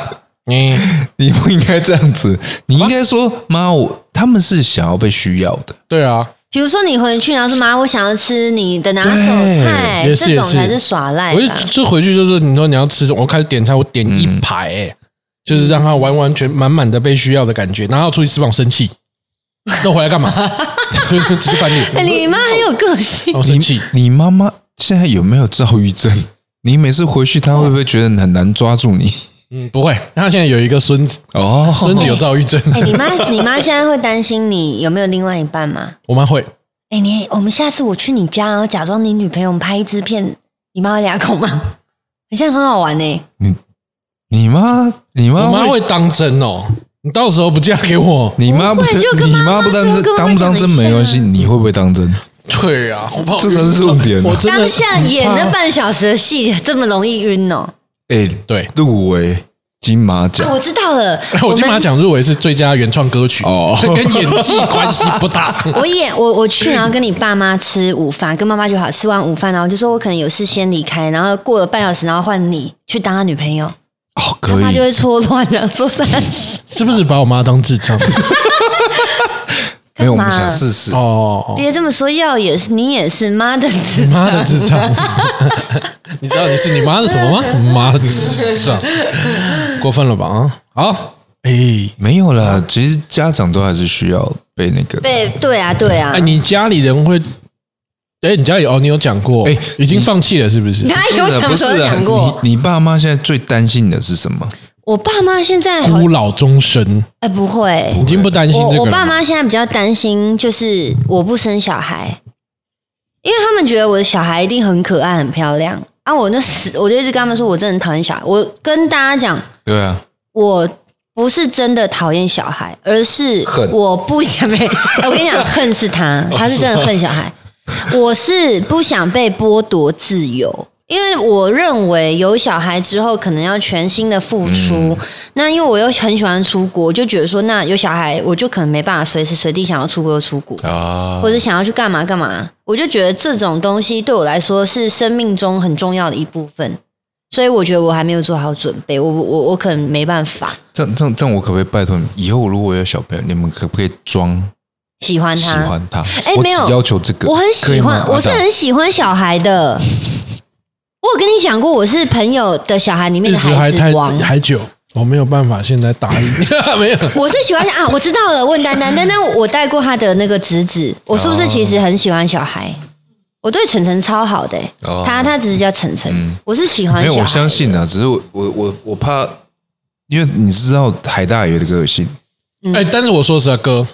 [SPEAKER 1] 嗯，
[SPEAKER 3] 你不应该这样子，你应该
[SPEAKER 1] 啊
[SPEAKER 3] 说妈，我他们是想要被需要的，
[SPEAKER 1] 对啊，
[SPEAKER 2] 比如说你回去，然后说妈，我想要吃你的拿手菜，
[SPEAKER 1] 也是
[SPEAKER 2] 这
[SPEAKER 1] 也
[SPEAKER 2] 种
[SPEAKER 1] 是
[SPEAKER 2] 才是耍赖
[SPEAKER 1] 我就
[SPEAKER 2] 吧？
[SPEAKER 1] 就回去就是你说你要吃什么，我开始点餐，我点一
[SPEAKER 3] 嗯
[SPEAKER 1] 排、欸，就是让他完完全满满的被需要的感觉，然后出去吃饭我生气，那我回来 干嘛？直接翻
[SPEAKER 2] 哎、
[SPEAKER 1] 脸，
[SPEAKER 2] 你妈很有个性
[SPEAKER 1] 然，后哦生
[SPEAKER 3] 你
[SPEAKER 1] 气，
[SPEAKER 3] 你妈妈现在有没有躁郁症？你每次回去，她会不会觉得很难抓住你？
[SPEAKER 1] 嗯，不会，他现在有一个孙子，
[SPEAKER 3] 哦，
[SPEAKER 1] 孙子有躁郁症，
[SPEAKER 2] 哎、你妈，你妈现在会担心你有没有另外一半吗？
[SPEAKER 1] 我妈会，
[SPEAKER 2] 哎、你我们下次我去你家，然后假装你女朋友我们拍一支片，你妈会俩孔吗？好像很好玩呢、
[SPEAKER 3] 你你妈你
[SPEAKER 1] 我
[SPEAKER 3] 妈
[SPEAKER 1] 妈会当真哦，你到时候不嫁给我？
[SPEAKER 3] 你妈不
[SPEAKER 2] 不会就跟
[SPEAKER 3] 你
[SPEAKER 2] 妈妈
[SPEAKER 3] 妈不当
[SPEAKER 2] 就
[SPEAKER 3] 真
[SPEAKER 2] 跟妈妈
[SPEAKER 3] 当不当真
[SPEAKER 2] 讲一下
[SPEAKER 3] 没关系，
[SPEAKER 2] 啊
[SPEAKER 3] 你会不会当真？
[SPEAKER 1] 对啊，我怕我
[SPEAKER 3] 这才是重点啊
[SPEAKER 1] 我真的
[SPEAKER 2] 当下演
[SPEAKER 1] 很
[SPEAKER 2] 了
[SPEAKER 1] 怕
[SPEAKER 2] 半小时的戏，这么容易晕哦、
[SPEAKER 3] 哎，
[SPEAKER 1] 对。，
[SPEAKER 3] 入围金马奖
[SPEAKER 2] 啊，我知道了 我
[SPEAKER 1] 哎我金马
[SPEAKER 2] 们
[SPEAKER 1] 奖入围是最佳原创歌曲
[SPEAKER 3] 哦
[SPEAKER 1] 这跟演技关系不大。
[SPEAKER 2] 我演我我去，然后跟你爸妈吃午饭，跟妈妈就好。吃完午饭，然后就说我可能有事先离开，然后过了半小时，然后换你去当他女朋友，
[SPEAKER 3] 哦，
[SPEAKER 2] 他
[SPEAKER 1] 哎
[SPEAKER 3] 可
[SPEAKER 2] 妈就
[SPEAKER 3] 以，
[SPEAKER 2] 会错乱，这样说三小。
[SPEAKER 1] 是不是把我妈当智障？
[SPEAKER 3] 没有我
[SPEAKER 2] 干
[SPEAKER 3] 们
[SPEAKER 2] 嘛
[SPEAKER 3] 想试试，
[SPEAKER 1] 哦，
[SPEAKER 2] 别这么说，要也是你也是妈的子
[SPEAKER 1] 妈的智障！ 你知道你是你妈的什么吗？妈的智障，过分了吧？啊，好，哎、
[SPEAKER 3] 没有
[SPEAKER 2] 哦
[SPEAKER 3] 啦，其实家长都还是需要被那个的。
[SPEAKER 2] 对对啊对啊
[SPEAKER 1] 哎，，你家里人会？哎、你家里哦，你有讲过，哎、
[SPEAKER 3] 哎
[SPEAKER 1] 已经放弃了是不是？啊
[SPEAKER 2] 他
[SPEAKER 3] 不是
[SPEAKER 2] 有
[SPEAKER 3] 的
[SPEAKER 2] 讲
[SPEAKER 3] 不是
[SPEAKER 2] 说
[SPEAKER 3] 的
[SPEAKER 2] 讲过，
[SPEAKER 3] 你你爸妈现在最担心的是什么？
[SPEAKER 2] 我爸妈现在好
[SPEAKER 1] 孤老终生，
[SPEAKER 2] 哎不会，
[SPEAKER 1] 已经不担心
[SPEAKER 2] 我
[SPEAKER 1] 这个
[SPEAKER 2] 我
[SPEAKER 1] 了
[SPEAKER 2] 爸妈现在比较担心，就是我不生小孩，因为他们觉得我的小孩一定很可爱、很漂亮啊。我那死，我就一直跟他们说，我真的很讨厌小孩。我跟大家讲，
[SPEAKER 3] 对啊，
[SPEAKER 2] 我不是真的讨厌小孩，而是
[SPEAKER 3] 恨
[SPEAKER 2] 我不想被。我跟你讲，恨是他，他是真的恨小孩。 我是不想被剥夺自由，因为我认为有小孩之后可能要全心的付出。那因为我又很喜欢出国，我就觉得说，那有小孩我就可能没办法随时随地想要出国就出国。
[SPEAKER 3] 啊
[SPEAKER 2] 或，者想要去干嘛干嘛，我就觉得这种东西对我来说是生命中很重要的一部分，所以我觉得我还没有做好准备，我我我可能没办法
[SPEAKER 3] 这样这样这样，我可不可以拜托你，以后如果有小朋友，你们可不可以装
[SPEAKER 2] 喜欢
[SPEAKER 3] 喜
[SPEAKER 2] 他。
[SPEAKER 3] 欢他？
[SPEAKER 2] 哎
[SPEAKER 3] 我
[SPEAKER 2] 没有
[SPEAKER 3] 只要求这个，
[SPEAKER 2] 我很
[SPEAKER 3] 可以
[SPEAKER 2] 喜
[SPEAKER 3] 吗
[SPEAKER 2] 欢，我是
[SPEAKER 3] 阿达
[SPEAKER 2] 很喜欢小孩的。我有跟你讲过，我是朋友的小孩里面
[SPEAKER 1] 日
[SPEAKER 2] 的
[SPEAKER 1] 子还
[SPEAKER 2] 孩
[SPEAKER 1] 太
[SPEAKER 2] 子王。
[SPEAKER 1] 还久，我没有办法现在答应， 没有。
[SPEAKER 2] 我是喜欢啊，我知道了。问丹丹，丹丹，我带过他的那个侄子，我是不是其实很喜欢小孩？我对晨晨超好的、欸
[SPEAKER 3] 哦嗯
[SPEAKER 2] 他他侄子叫晨晨，我是喜欢小
[SPEAKER 3] 没有，
[SPEAKER 2] 孩。
[SPEAKER 3] 我相信啊，只是我我我我怕，因为你知道海大爷的个性，
[SPEAKER 1] 哎、但是我说实话，哥，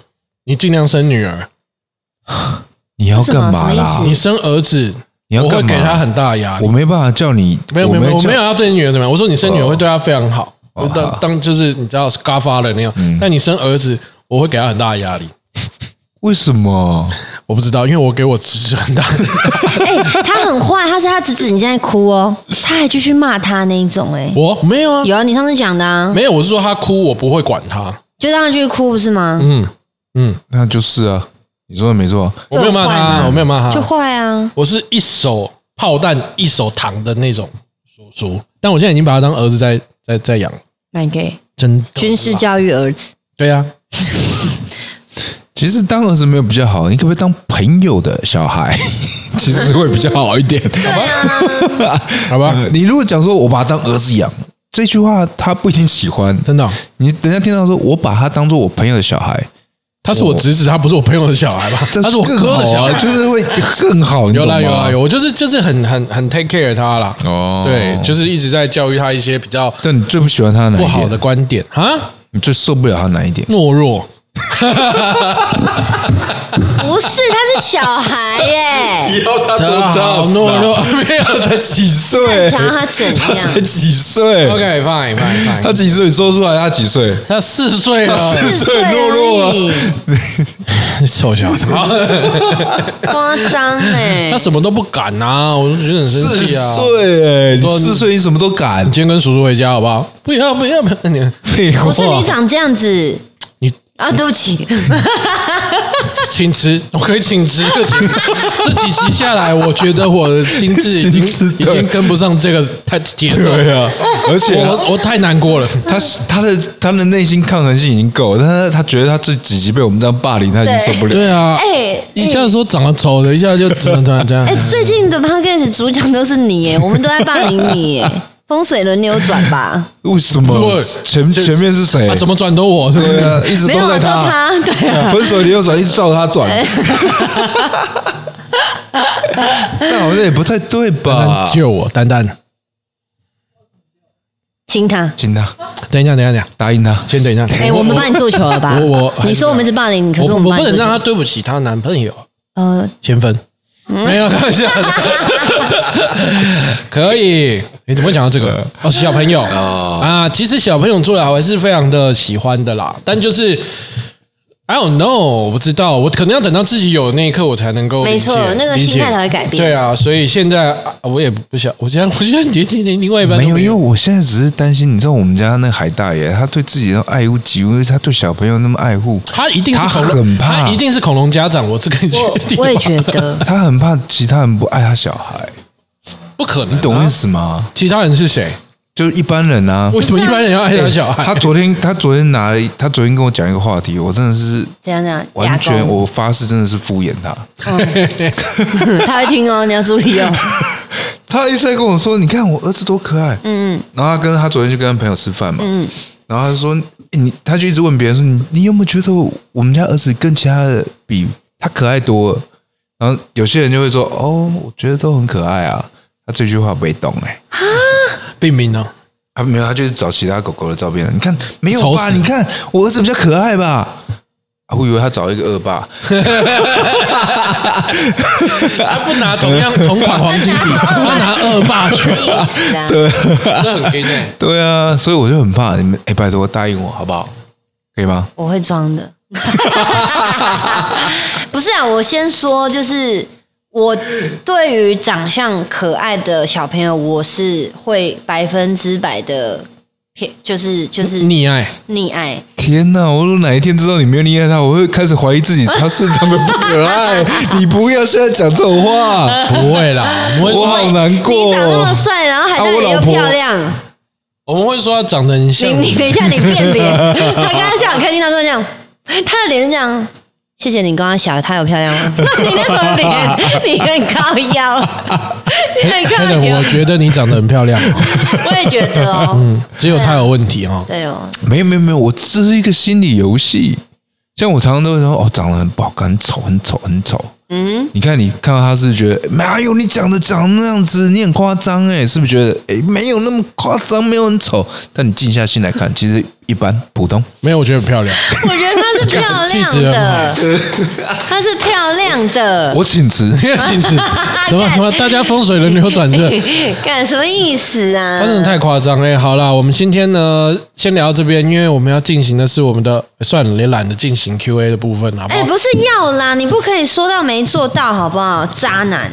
[SPEAKER 1] 你尽量生女儿，
[SPEAKER 3] 你要干嘛
[SPEAKER 2] 什么什
[SPEAKER 3] 啦
[SPEAKER 2] 么意
[SPEAKER 1] 你？生儿子，
[SPEAKER 3] 你要
[SPEAKER 1] 我
[SPEAKER 3] 干
[SPEAKER 1] 会
[SPEAKER 3] 嘛？
[SPEAKER 1] 给他很大的压力
[SPEAKER 3] 我。没办法叫你，
[SPEAKER 1] 没有没有没有，我
[SPEAKER 3] 叫
[SPEAKER 1] 没有要对你女儿怎么样？我说你生女儿会对她非常好，嗯
[SPEAKER 3] 哦
[SPEAKER 1] 就当
[SPEAKER 3] 好
[SPEAKER 1] 当就是你知道是 godfather 那样。但你生儿子，我会给他很大的压力。
[SPEAKER 3] 为什么？
[SPEAKER 1] 我不知道，因为我给我侄子很大的。
[SPEAKER 2] 哎、他很坏，他是他侄子，你现在哭哦，他还继续骂他那一种、哎，
[SPEAKER 1] 我没有啊，
[SPEAKER 2] 有啊，你上次讲的啊，
[SPEAKER 1] 没有，我是说他哭，我不会管他。
[SPEAKER 2] 就让他继续哭不是吗？
[SPEAKER 1] 嗯嗯，
[SPEAKER 3] 那就是啊，你说的没错啊，
[SPEAKER 1] 我没有骂
[SPEAKER 2] 就很坏
[SPEAKER 1] 他，
[SPEAKER 2] 嘛
[SPEAKER 1] 我没有骂
[SPEAKER 2] 就
[SPEAKER 1] 他，
[SPEAKER 2] 坏啊，
[SPEAKER 1] 我是一手炮弹一手糖的那种叔叔。但我现在已经把他当儿子在在在养，
[SPEAKER 2] 卖给
[SPEAKER 1] 真的
[SPEAKER 2] 军事教育儿子，
[SPEAKER 1] 对啊，
[SPEAKER 3] 其实当儿子没有比较好，你可不可以当朋友的小孩？ 其实会比较好一 点。
[SPEAKER 2] 啊
[SPEAKER 1] 好吧，
[SPEAKER 3] 呃你如果讲说我把他当儿子养，这句话他不一定喜欢。
[SPEAKER 1] 真的哦、
[SPEAKER 3] 你人家听到说我把他当做我朋友的小孩，
[SPEAKER 1] 他是我侄子，他不是我朋友的小孩吧？
[SPEAKER 3] 这
[SPEAKER 1] 他是我
[SPEAKER 3] 更
[SPEAKER 1] 哥的
[SPEAKER 3] 好
[SPEAKER 1] 小
[SPEAKER 3] 啊，
[SPEAKER 1] 孩。
[SPEAKER 3] 就是会更好。你
[SPEAKER 1] 有
[SPEAKER 3] 懂啊
[SPEAKER 1] 啦
[SPEAKER 3] 吗
[SPEAKER 1] 有啦有，我就是就是很很很 take care 他啦。
[SPEAKER 3] 哦
[SPEAKER 1] 对，就是一直在教育他一些比较
[SPEAKER 3] 但你最不喜欢他的哪一
[SPEAKER 1] 不
[SPEAKER 3] 点？
[SPEAKER 1] 好的观点啊，
[SPEAKER 3] 你最受不了他哪一点？
[SPEAKER 1] 懦弱。
[SPEAKER 2] 不是，他是小孩耶、
[SPEAKER 3] 要他
[SPEAKER 1] 他啊
[SPEAKER 3] 啊
[SPEAKER 1] 好懦弱， 没有。
[SPEAKER 3] 才 几
[SPEAKER 2] 你
[SPEAKER 3] 岁
[SPEAKER 2] 想让他怎样？
[SPEAKER 3] 几岁
[SPEAKER 1] OK fine fine fine，
[SPEAKER 3] 几岁？你说出来他几岁？
[SPEAKER 1] 他四岁了，
[SPEAKER 3] 他四岁懦弱啊
[SPEAKER 2] 而已，
[SPEAKER 1] 臭小子，好
[SPEAKER 2] 夸张 哎
[SPEAKER 1] 他！什么都不敢啊，我就觉得很生
[SPEAKER 3] 四
[SPEAKER 1] 气啊。
[SPEAKER 3] 岁哎，
[SPEAKER 1] 对
[SPEAKER 3] 你四岁你什么都敢
[SPEAKER 1] 你？今天跟叔叔回家好不好？不要不要不要，你
[SPEAKER 3] 废话，
[SPEAKER 2] 不是你长这样子
[SPEAKER 1] 你
[SPEAKER 2] 啊，对不起，
[SPEAKER 1] 请辞，我可以请辞。这几 这几集下来，我觉得我的心智已经
[SPEAKER 3] 心智
[SPEAKER 1] 已
[SPEAKER 3] 对
[SPEAKER 1] 经跟不上这个太节奏，
[SPEAKER 3] 对 啊，而且他
[SPEAKER 1] 我我太难过了。
[SPEAKER 3] 他是他的他的内心抗衡性已经够了，但是他觉得他这几集被我们这样霸凌，他已经受不了。
[SPEAKER 1] 对啊，
[SPEAKER 2] 哎
[SPEAKER 1] 一下说长得丑的，一下就怎么怎么怎
[SPEAKER 2] 哎、
[SPEAKER 1] 样。
[SPEAKER 2] 最近的 podcast 主讲都是你耶，我们都在霸凌你耶，风水轮流转 吧？
[SPEAKER 3] 为什么
[SPEAKER 1] 对
[SPEAKER 3] 嗯前
[SPEAKER 1] 这
[SPEAKER 3] 前面是谁
[SPEAKER 1] 啊，？怎么转都我是不
[SPEAKER 3] 对
[SPEAKER 1] 是？
[SPEAKER 3] 啊，一直
[SPEAKER 2] 没有
[SPEAKER 3] 都
[SPEAKER 2] 啊，
[SPEAKER 3] 在
[SPEAKER 2] 都他，哎对啊，
[SPEAKER 3] 分手你右转，一直照着他转。 这样好像也不太对吧？
[SPEAKER 1] 啊救我，丹丹！
[SPEAKER 2] 亲他。
[SPEAKER 3] 请他
[SPEAKER 1] 等一下，等一下，等一下，
[SPEAKER 3] 答应他，
[SPEAKER 1] 先等一下。
[SPEAKER 2] 哎哎、我们帮你做球了吧？
[SPEAKER 1] 我我
[SPEAKER 2] 你说我们是霸凌你，可是
[SPEAKER 1] 我
[SPEAKER 2] 们
[SPEAKER 1] 我
[SPEAKER 2] 帮
[SPEAKER 1] 不
[SPEAKER 2] 你
[SPEAKER 1] 能
[SPEAKER 2] 做
[SPEAKER 1] 让
[SPEAKER 2] 球
[SPEAKER 1] 她对不起她男朋友。
[SPEAKER 2] 呃，
[SPEAKER 1] 先分。
[SPEAKER 2] 嗯
[SPEAKER 1] 没有开玩笑 的，可以。你怎么会讲到这
[SPEAKER 2] 呃
[SPEAKER 1] 个？哦，小朋友
[SPEAKER 2] 哦
[SPEAKER 1] 啊，其实小朋友做的我还是非常的喜欢的啦，但就是 I don't know，我不知道，我可能要等到自己有的那一刻，我才能够
[SPEAKER 2] 没错
[SPEAKER 1] 理解
[SPEAKER 2] 那个心态才会改变
[SPEAKER 1] 理解对啊，所以现在啊我也不想，我现在我现在连连另外一半都
[SPEAKER 3] 没有，因为我现在只是担心，你知道我们家那海大爷，他对自己的爱屋及乌，因为他对小朋友那么爱护，
[SPEAKER 1] 他一定是
[SPEAKER 3] 他
[SPEAKER 1] 恐龙，
[SPEAKER 3] 很怕
[SPEAKER 1] 他一定是恐龙家长，我是跟你确定
[SPEAKER 2] 我我也觉得，
[SPEAKER 3] 他很怕其他人不爱他小孩，
[SPEAKER 1] 不可能、
[SPEAKER 3] 你懂意？思吗？
[SPEAKER 1] 其他人是谁？
[SPEAKER 3] 就是一般人啊。
[SPEAKER 1] 为什么一般人要爱他小孩？
[SPEAKER 3] 他昨天他昨天拿了一，他昨天跟我讲一个话题，我真的是
[SPEAKER 2] 怎样怎样，
[SPEAKER 3] 完
[SPEAKER 2] 牙
[SPEAKER 3] 全，
[SPEAKER 2] 膏
[SPEAKER 3] 我发誓真的是敷衍他。
[SPEAKER 2] 他会听哦，你要注意哦。
[SPEAKER 3] 他一直在跟我说：“你看我儿子多可爱。”
[SPEAKER 2] 嗯，
[SPEAKER 3] 然后他跟他昨天去跟他朋友吃饭嘛，然后他就说欸你，他就一直问别人说你你有没有觉得我们家儿子跟其他的比他可爱多了？然后有些人就会说哦，我觉得都很可爱啊。他这句话不会懂哎、欸，
[SPEAKER 1] 病名呢？
[SPEAKER 3] 他啊没有，他就是找其他狗狗的照片啊了。你看没有
[SPEAKER 1] 丑
[SPEAKER 3] 吧？
[SPEAKER 1] 死
[SPEAKER 3] 你看我儿子比较可爱吧？啊我以为他找一个恶霸，
[SPEAKER 1] 他不拿同样同款黄 金比，他拿
[SPEAKER 2] 哦
[SPEAKER 1] 二霸
[SPEAKER 2] 什
[SPEAKER 1] 权
[SPEAKER 2] 么，意思啊？
[SPEAKER 1] 这很 gay 呢。
[SPEAKER 3] 对啊，所以我就很怕你们。哎、拜托答应我好不好？可以吗？
[SPEAKER 2] 我会装的。 不是啊，我先说，就是我对于长相可爱的小朋友，我是会百分之百的偏，就是就是
[SPEAKER 1] 溺爱，
[SPEAKER 2] 溺爱。
[SPEAKER 3] 天哪！我如果哪一天知道你没有溺爱他，我会开始怀疑自己，他是长得不可 爱。你不要现在讲这种话，
[SPEAKER 1] 不会啦，我们会
[SPEAKER 3] 我好
[SPEAKER 1] 说，
[SPEAKER 3] 难
[SPEAKER 2] 你
[SPEAKER 3] 过。
[SPEAKER 2] 长那么帅，然后还
[SPEAKER 3] 啊
[SPEAKER 2] 那
[SPEAKER 3] 我
[SPEAKER 2] 里又
[SPEAKER 3] 老婆
[SPEAKER 2] 漂亮，
[SPEAKER 1] 我们会说他长得很
[SPEAKER 2] 你
[SPEAKER 1] 像
[SPEAKER 2] 你等一下，你变 脸。他刚刚笑很开心，他说这样，他的脸是这样。谢谢你刚刚想，他有漂亮 吗？你那什么脸？你很高腰，你
[SPEAKER 1] 哎
[SPEAKER 2] 很高
[SPEAKER 1] Helen，
[SPEAKER 2] 腰
[SPEAKER 1] 我。嗯觉得你长得很漂亮哦，
[SPEAKER 2] 我也觉得 哦。
[SPEAKER 1] 只有他有问题哦。
[SPEAKER 2] 对哦，
[SPEAKER 3] 没有没有没有，我这是一个心理游戏。像我常常都会说，哦，长得很不好看，很丑，很丑，很丑。
[SPEAKER 2] 嗯，
[SPEAKER 3] 你看，你看到他是觉得，哪有你长得长那样子，你很夸张哎，是不是觉得，哎，没有那么夸张，没有很丑。但你静下心来看，其实一般普通。
[SPEAKER 1] 没有，我觉得很 漂亮。
[SPEAKER 2] 我觉得她是漂
[SPEAKER 1] 气
[SPEAKER 2] 亮
[SPEAKER 1] 质很
[SPEAKER 2] 的， 她是漂亮的。
[SPEAKER 3] 我请辞。
[SPEAKER 1] 其实，怎么怎么，大家风水轮流转这，
[SPEAKER 2] 干什么意思啊？
[SPEAKER 1] 真的太夸张哎。好啦，我们今天呢，先聊到这边，因为我们要进行的是我们的，哎算了，也懒得进行 Q&A 的部分，好不
[SPEAKER 2] 哎、
[SPEAKER 1] 好？
[SPEAKER 2] 不是要啦，你不可以说到没做到，好不好？渣男，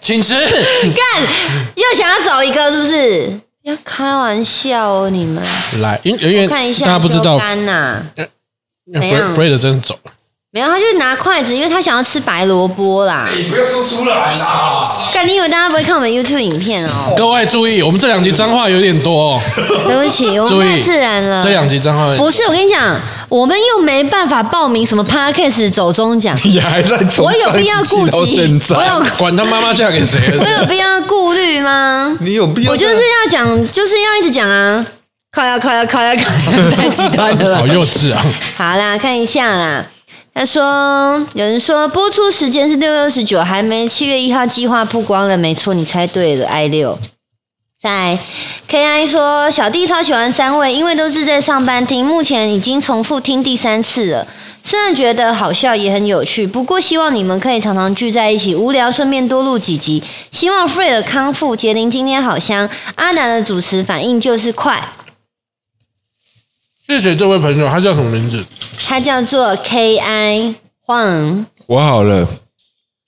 [SPEAKER 1] 请吃。
[SPEAKER 2] 干又想要找一个是不是？不要开玩笑哦，你们
[SPEAKER 1] 来，因因为
[SPEAKER 2] 看一下，
[SPEAKER 1] 大家不知道
[SPEAKER 2] 干呐、怎样
[SPEAKER 1] Fred Fred 真的走了。
[SPEAKER 2] 没有，他就是拿筷子，因为他想要吃白萝卜啦。你不要说出来啦！干，你以为大家不会看我们 YouTube 影片 哦？
[SPEAKER 1] 各位注意，我们这两集脏话有点多哦，
[SPEAKER 2] 对不起，我
[SPEAKER 1] 注
[SPEAKER 2] 们太
[SPEAKER 1] 意
[SPEAKER 2] 自然
[SPEAKER 3] 嗯
[SPEAKER 2] 了。
[SPEAKER 1] 这两集脏话有点多
[SPEAKER 2] 不是，我跟你讲，我们又没办法报名什么 podcast 走中 奖，
[SPEAKER 3] 你还在从
[SPEAKER 2] 我有必要
[SPEAKER 3] 上一集到
[SPEAKER 2] 顾及
[SPEAKER 3] 现在
[SPEAKER 2] 我有
[SPEAKER 1] 管他妈妈嫁给谁
[SPEAKER 2] 我
[SPEAKER 1] 了？
[SPEAKER 2] 有必要顾 虑吗？
[SPEAKER 3] 你有必要？
[SPEAKER 2] 我就是要讲，就是要一直讲啊！快呀、快呀、快啊呀、快呀、太极端了
[SPEAKER 1] 好
[SPEAKER 2] 啦。
[SPEAKER 1] 幼稚啊！
[SPEAKER 2] 好啦，看一下啦。他说，有人说播出时间是六月二十九，还没七月一号计划曝光了。没错，你猜对了，i 六。在 K I 说，小弟超喜欢三位，因为都是在上班听，目前已经重复听第三次了。虽然觉得好笑也很有趣，不过希望你们可以常常聚在一起，无聊顺便多录几集。希望 Free 的康复，杰林今天好香，阿南的主持反应就是快。
[SPEAKER 1] 谢谢这位朋友，他叫什么名字？
[SPEAKER 2] 他叫做 K I 晃，
[SPEAKER 3] 我好了，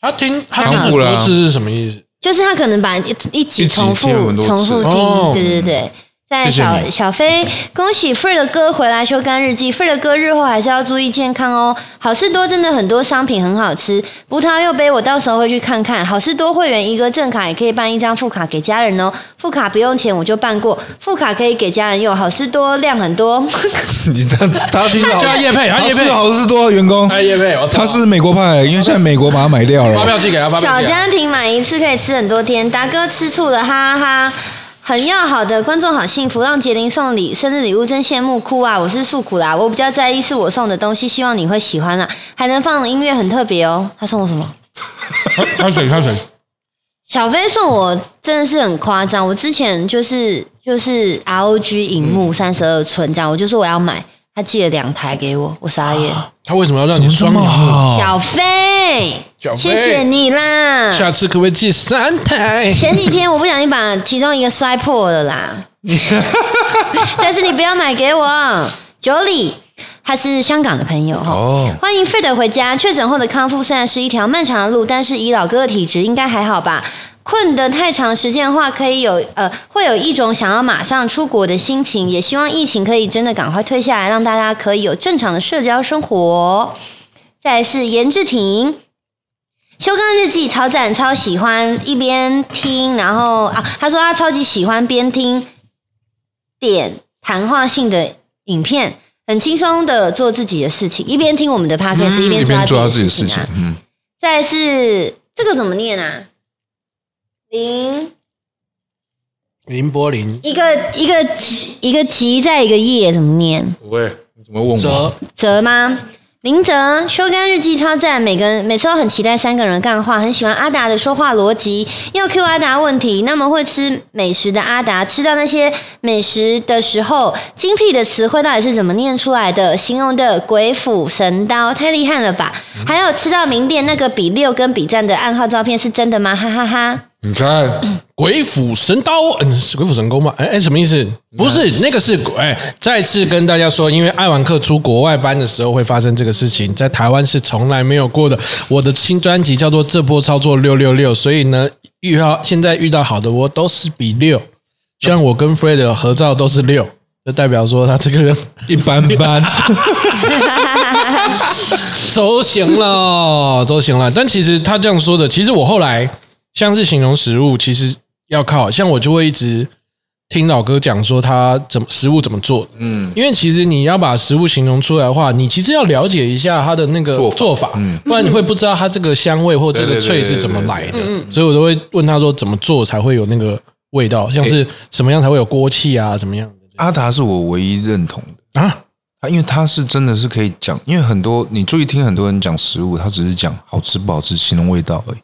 [SPEAKER 1] 他听他
[SPEAKER 2] 康
[SPEAKER 1] 听很
[SPEAKER 3] 复了
[SPEAKER 1] 多
[SPEAKER 3] 啊
[SPEAKER 1] 次是什么意思？
[SPEAKER 2] 就是他可能把一一集
[SPEAKER 3] 一集
[SPEAKER 2] 重复
[SPEAKER 3] 听很多次
[SPEAKER 2] 重复听，
[SPEAKER 1] 哦
[SPEAKER 2] 对对对。在
[SPEAKER 3] 谢谢
[SPEAKER 2] 小
[SPEAKER 3] 你
[SPEAKER 2] 小飞，恭喜 Free 的哥回来修干日记。Free 的哥日后还是要注意健康哦。好事多真的很多商品很好吃，葡萄柚杯我到时候会去看看。好事多会员一个正卡也可以办一张副卡给家人哦，副卡不用钱我就办过，副卡可以给家人用。好事多量很多，
[SPEAKER 3] 你他他 是
[SPEAKER 1] 叫他业配他业配
[SPEAKER 3] 是好事多少啊员工？
[SPEAKER 1] 哎，叶佩，我操
[SPEAKER 3] 他是美国派，因为现在美国把他买掉
[SPEAKER 1] 发
[SPEAKER 3] 了。
[SPEAKER 1] 票寄给他，啊发票
[SPEAKER 2] 小
[SPEAKER 1] 寄给他。
[SPEAKER 2] 家庭买一次可以吃很多天，达哥吃醋了，哈哈。很要好的观众好幸福，让杰林送礼生日礼物真羡慕，哭啊！我是诉苦啦，我比较在意是我送的东西，希望你会喜欢啦，啊还能放音乐很特别哦。他送我什么？
[SPEAKER 1] 他谁？他谁？
[SPEAKER 2] 小飞送我真的是很夸张，我之前就是就是
[SPEAKER 1] 嗯
[SPEAKER 2] ROG 荧幕三十二寸这样，我就说我要买，他寄了两台给我，我傻眼。
[SPEAKER 1] 他为什么要让你
[SPEAKER 3] 这
[SPEAKER 1] 双
[SPEAKER 3] 么
[SPEAKER 1] 养？
[SPEAKER 3] 好？啊
[SPEAKER 2] 小飞，
[SPEAKER 1] 哦小飞
[SPEAKER 2] 谢谢你啦。
[SPEAKER 1] 下次可不可以寄三台？
[SPEAKER 2] 前几天我不小心把其中一个摔破了啦，但是你不要买给我。九里，他是香港的朋友哈。
[SPEAKER 3] 哦
[SPEAKER 2] 欢迎 Fred 回家。确诊后的康复虽然是一条漫长的路，但是以老哥的体质，应该还好吧？困得太长时间的话，可以有呃，会有一种想要马上出国的心情。也希望疫情可以真的赶快退下来，让大家可以有正常的社交生活。再来是严志婷，修刚日记超赞，超喜欢，一边听，然后啊，他说他超级喜欢边听点谈话性的影片，很轻松的做自己的事情，一边听我们的 podcast，、一边
[SPEAKER 3] 嗯一边做
[SPEAKER 2] 抓
[SPEAKER 3] 他自己的
[SPEAKER 2] 事
[SPEAKER 3] 事情
[SPEAKER 2] 啊。，
[SPEAKER 3] 嗯，
[SPEAKER 2] 再来是这个怎么念啊？零
[SPEAKER 1] 林柏林，
[SPEAKER 2] 一个一个集一个集在一个页怎么念？
[SPEAKER 3] 不会，你怎么问我？
[SPEAKER 1] 则
[SPEAKER 2] 泽吗？林泽修干日记超赞，每个人每次都很期待三个人干话，很喜欢阿达的说话逻辑。要 Q 阿达问题，那么会吃美食的阿达，吃到那些美食的时候，精辟的词汇到底是怎么念出来的？形容的鬼斧神刀，太厉害了吧！还有吃到名店那个比六跟比赞的暗号照片是真的吗？哈哈哈
[SPEAKER 3] 你看，
[SPEAKER 1] 鬼斧神刀，嗯，是鬼斧神工吗？哎哎，什么意思？不是，那个是哎，再次跟大家说，因为艾玩克出国外班的时候会发生这个事情，在台湾是从来没有过的。我的新专辑叫做《这波操作六六六》，所以呢，遇到现在遇到好的我都是比六，像我跟 Fred 的合照都是六，就代表说他这个人
[SPEAKER 3] 一般般。
[SPEAKER 1] 周行了，周行了。但其实他这样说的，其实我后来像是形容食物，其实要靠像我就会一直听老哥讲说他怎么食物怎么做，嗯，因为其实你要把食物形容出来的话，你其实要了解一下它的那个
[SPEAKER 3] 做法嗯
[SPEAKER 1] 做法，不然你会不知道它这个香味或这个脆是怎么来的。所以我都会问他说怎么做才会有那个味道，像是什么样才会有锅气啊，怎么样的
[SPEAKER 3] 阿达是我唯一认同的。
[SPEAKER 1] 啊？
[SPEAKER 3] 他因为他是真的是可以讲，因为很多你注意听很多人讲食物，他只是讲好吃不好吃，形容味道而已。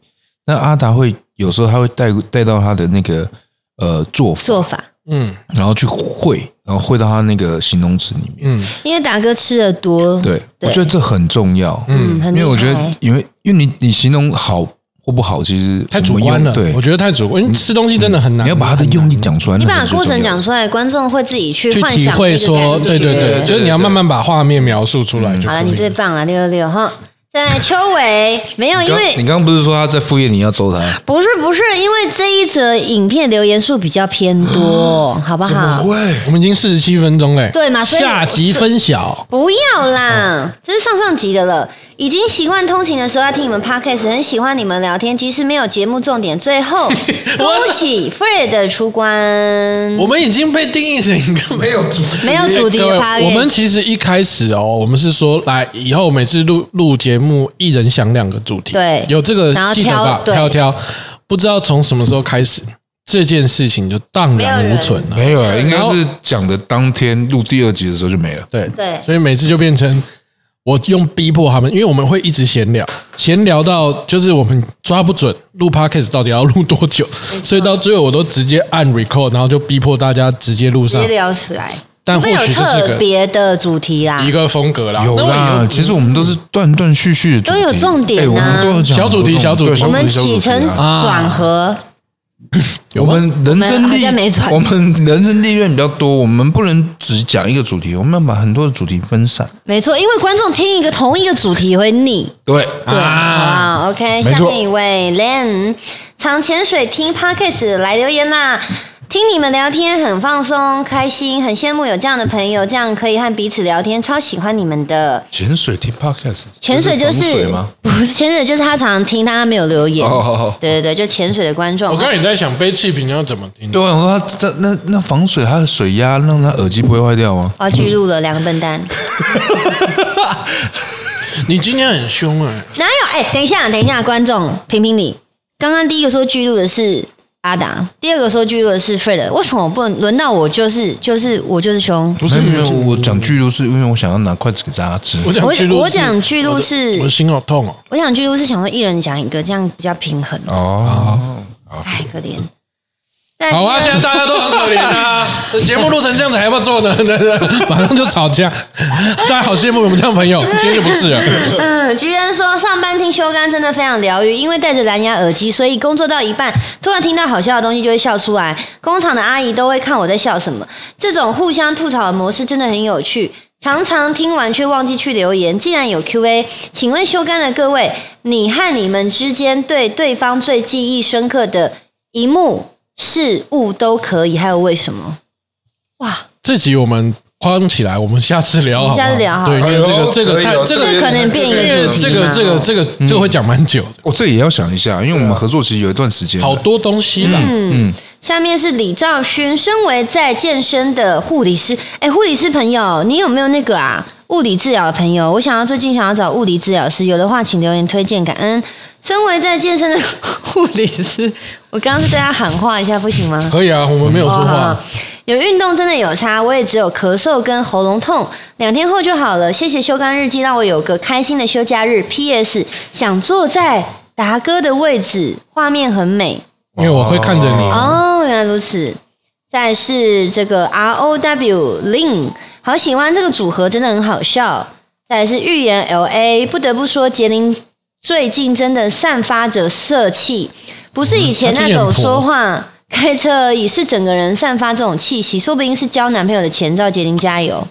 [SPEAKER 3] 那阿达会有时候他会带带到他的那个呃做法，
[SPEAKER 2] 做法，
[SPEAKER 1] 嗯
[SPEAKER 3] 然后去会，然后会到他那个形容词里面。
[SPEAKER 1] 嗯，
[SPEAKER 2] 因为达哥吃的多，
[SPEAKER 3] 对，
[SPEAKER 2] 对
[SPEAKER 3] 我觉得这很重要，
[SPEAKER 2] 嗯，很
[SPEAKER 3] 因
[SPEAKER 2] 厉害。
[SPEAKER 3] 为我觉得，因为因为你你形容好或不好，其实
[SPEAKER 1] 太主
[SPEAKER 3] 我们
[SPEAKER 1] 观
[SPEAKER 3] 用
[SPEAKER 1] 了，
[SPEAKER 3] 对嗯
[SPEAKER 1] 我，觉得太主观，因为吃东西真的很难，
[SPEAKER 3] 你要把他的
[SPEAKER 1] 很难
[SPEAKER 3] 用力讲出来。
[SPEAKER 2] 你
[SPEAKER 3] 那
[SPEAKER 2] 把
[SPEAKER 3] 才是
[SPEAKER 2] 过程
[SPEAKER 3] 重要
[SPEAKER 2] 讲出来，观众会自己去
[SPEAKER 1] 去
[SPEAKER 2] 幻
[SPEAKER 1] 体
[SPEAKER 2] 想
[SPEAKER 1] 会
[SPEAKER 2] 那个
[SPEAKER 1] 说，
[SPEAKER 2] 感
[SPEAKER 1] 对对
[SPEAKER 2] 觉
[SPEAKER 1] 对，就是你要慢慢把画面描述出来就
[SPEAKER 2] 嗯好了，
[SPEAKER 1] 可
[SPEAKER 2] 你
[SPEAKER 1] 以
[SPEAKER 2] 最
[SPEAKER 1] 了。
[SPEAKER 2] 棒了，六六六哈。在秋伟没有，
[SPEAKER 3] 你
[SPEAKER 2] 因
[SPEAKER 3] 刚
[SPEAKER 2] 为
[SPEAKER 3] 你刚刚不是说他在副业你要揍他？
[SPEAKER 2] 不是不是，因为这一则影片留言数比较偏多，
[SPEAKER 1] 啊
[SPEAKER 2] 好不好？
[SPEAKER 1] 我们已经四十七分钟嘞，
[SPEAKER 2] 对嘛所以
[SPEAKER 1] 下集分晓。
[SPEAKER 2] 不要
[SPEAKER 1] 啊
[SPEAKER 2] 啦，这是上上集的了。已经习惯通勤的时候要听你们 podcast，很喜欢你们聊天，即使没有节目重点。最后，恭喜 Fred 出关，
[SPEAKER 1] 我们已经被定义成一个没有主
[SPEAKER 2] 嗯没有主题
[SPEAKER 1] 各
[SPEAKER 2] 的
[SPEAKER 1] 位
[SPEAKER 2] podcast。
[SPEAKER 1] 我们其实啊一开始哦，我们是说来以后每次录录节目，一人想两个主题，
[SPEAKER 2] 对
[SPEAKER 1] 有这个
[SPEAKER 2] 然后
[SPEAKER 1] 记得
[SPEAKER 2] 挑
[SPEAKER 1] 吧？
[SPEAKER 2] 对
[SPEAKER 1] 挑挑，不知道从什么时候开始，这件事情就荡然
[SPEAKER 2] 没有
[SPEAKER 1] 无
[SPEAKER 2] 人
[SPEAKER 1] 存了。
[SPEAKER 3] 没有啊，应
[SPEAKER 1] 然
[SPEAKER 3] 该
[SPEAKER 1] 后
[SPEAKER 3] 是讲的当天录第二集的时候就没了。
[SPEAKER 1] 对
[SPEAKER 2] 对
[SPEAKER 1] 所以每次就变成我用逼迫他们，因为我们会一直闲聊，闲聊到就是我们抓不准录 podcast 到底要录多久，所以到最后我都直接按 record，然后就逼迫大家直接录
[SPEAKER 2] 直
[SPEAKER 1] 上
[SPEAKER 2] 接聊起来，
[SPEAKER 1] 但或许
[SPEAKER 2] 有
[SPEAKER 1] 这是
[SPEAKER 2] 特
[SPEAKER 1] 个
[SPEAKER 2] 别的主题啦
[SPEAKER 1] 一。个风格啦。啊
[SPEAKER 3] 有
[SPEAKER 1] 那我
[SPEAKER 3] 啦，其实我们都是断断续续的主题，
[SPEAKER 2] 都有重点啊
[SPEAKER 3] 哎我们都有讲
[SPEAKER 1] 小主题小主题
[SPEAKER 3] 对小
[SPEAKER 2] 我
[SPEAKER 3] 主题
[SPEAKER 2] 们
[SPEAKER 3] 小主题
[SPEAKER 2] 起
[SPEAKER 3] 啊
[SPEAKER 2] 承转合，
[SPEAKER 1] 有
[SPEAKER 3] 我
[SPEAKER 1] 吗
[SPEAKER 3] 们人生
[SPEAKER 2] 好像没
[SPEAKER 3] 历
[SPEAKER 2] 转，
[SPEAKER 3] 我们人生历练比较多，我们不能只讲一个主题，我们要把很多的主题分散。
[SPEAKER 2] 没错，因为观众听一个同一个主题也会腻。
[SPEAKER 3] 对，
[SPEAKER 2] 对，
[SPEAKER 1] 啊
[SPEAKER 2] 好，OK，
[SPEAKER 3] 啊
[SPEAKER 2] 啊
[SPEAKER 3] 没
[SPEAKER 2] 下
[SPEAKER 3] 错
[SPEAKER 2] 面一位 Len，常潜水听 Podcast 来留言啦。听你们聊天很放松、开心，很羡慕有这样的朋友，这样可以和彼此聊天，超喜欢你们的。
[SPEAKER 3] 潜水听 podcast，
[SPEAKER 2] 潜水就
[SPEAKER 3] 这
[SPEAKER 2] 是
[SPEAKER 3] 防水吗？
[SPEAKER 2] 不是潜水，就是他常常听，但他没有留言。
[SPEAKER 3] 哦哦哦
[SPEAKER 2] 对对对，就潜水的观众。啊
[SPEAKER 1] 我刚才也在想非气瓶要怎么听，
[SPEAKER 3] 对啊，我说他这那那防水，它的水压让它耳机不会坏掉吗？
[SPEAKER 2] 我要记录了两个笨蛋，
[SPEAKER 1] 你今天很凶哎、
[SPEAKER 2] 哪有？哎、等一下，等一下，观众评评理。刚刚第一个说记录的是阿达，第二个说记录的是 Fred，为什么不能轮到我？就是就是我就是熊，
[SPEAKER 1] 不
[SPEAKER 3] 不
[SPEAKER 1] 是
[SPEAKER 3] 没有，我讲巨鹿是因为我想要拿筷子给大家吃。
[SPEAKER 1] 我讲
[SPEAKER 2] 我
[SPEAKER 1] 巨鹿是，
[SPEAKER 2] 我讲巨鹿是
[SPEAKER 1] 我的我的心好痛哦。
[SPEAKER 2] 我想记
[SPEAKER 1] 啊
[SPEAKER 2] 录是想说一人讲一个，这样比较平衡。
[SPEAKER 3] 哦，
[SPEAKER 2] 哎，可怜。但
[SPEAKER 1] 好啊，
[SPEAKER 2] 因为
[SPEAKER 1] 现在大家都很可怜 啊，节目录成这样子还要不要做呢？ 马上就吵架，大家好羡慕我们这样的朋友，今天就不是了。
[SPEAKER 2] 嗯，居然说上班听修干真的非常疗愈，因为戴着蓝牙耳机，所以工作到一半突然听到好笑的东西就会笑出来。工厂的阿姨都会看我在笑什么，这种互相吐槽的模式真的很有趣。常常听完却忘记去留言，既然有 Q&A，请问修干的各位，你和你们之间对对方最记忆深刻的一幕、事物都可以，还有为什么？哇，
[SPEAKER 1] 这集我们框起来，我们下次聊好不好，
[SPEAKER 2] 下次聊好
[SPEAKER 1] 对，因为这
[SPEAKER 3] 哎
[SPEAKER 1] 个
[SPEAKER 3] 呦
[SPEAKER 1] 这个
[SPEAKER 3] 可以
[SPEAKER 1] 太
[SPEAKER 3] 哦
[SPEAKER 1] 这个
[SPEAKER 2] 这个可能变一
[SPEAKER 1] 因
[SPEAKER 2] 个
[SPEAKER 1] 为
[SPEAKER 2] 主题
[SPEAKER 1] 这个
[SPEAKER 2] 嘛
[SPEAKER 1] 这个
[SPEAKER 2] 哦
[SPEAKER 1] 这个这个会讲蛮久的，
[SPEAKER 3] 我这也要想一下，因为我们合作其实有一段时间了，
[SPEAKER 1] 好多东西啦。
[SPEAKER 3] 嗯，
[SPEAKER 2] 下面是李兆勋，身为在健身的护理师，哎，护理师朋友，你有没有那个啊物理治疗的朋友？我想要最近想要找物理治疗师，有的话请留言推荐，感恩。身为在健身的护理师，我刚刚是对他喊话一下，不行吗？
[SPEAKER 1] 可以啊，我们没有说
[SPEAKER 2] 哦好
[SPEAKER 1] 话
[SPEAKER 2] 好，有运动真的有差，我也只有咳嗽跟喉咙痛，两天后就好了。谢谢休肝日记，让我有个开心的休假日。P.S. 想坐在达哥的位置，画面很美。
[SPEAKER 1] 因为我会看着你。
[SPEAKER 2] 哦，原来如此。再是这个 R O W Lin，好喜欢这个组合，真的很好笑。再来是预言 L A，不得不说杰林最近真的散发着色气，不是以前
[SPEAKER 1] 嗯他
[SPEAKER 2] 那
[SPEAKER 1] 最近很
[SPEAKER 2] 种
[SPEAKER 1] 婆
[SPEAKER 2] 说话、开车而已，是整个人散发这种气息，说不定是交男朋友的前兆。杰林加油！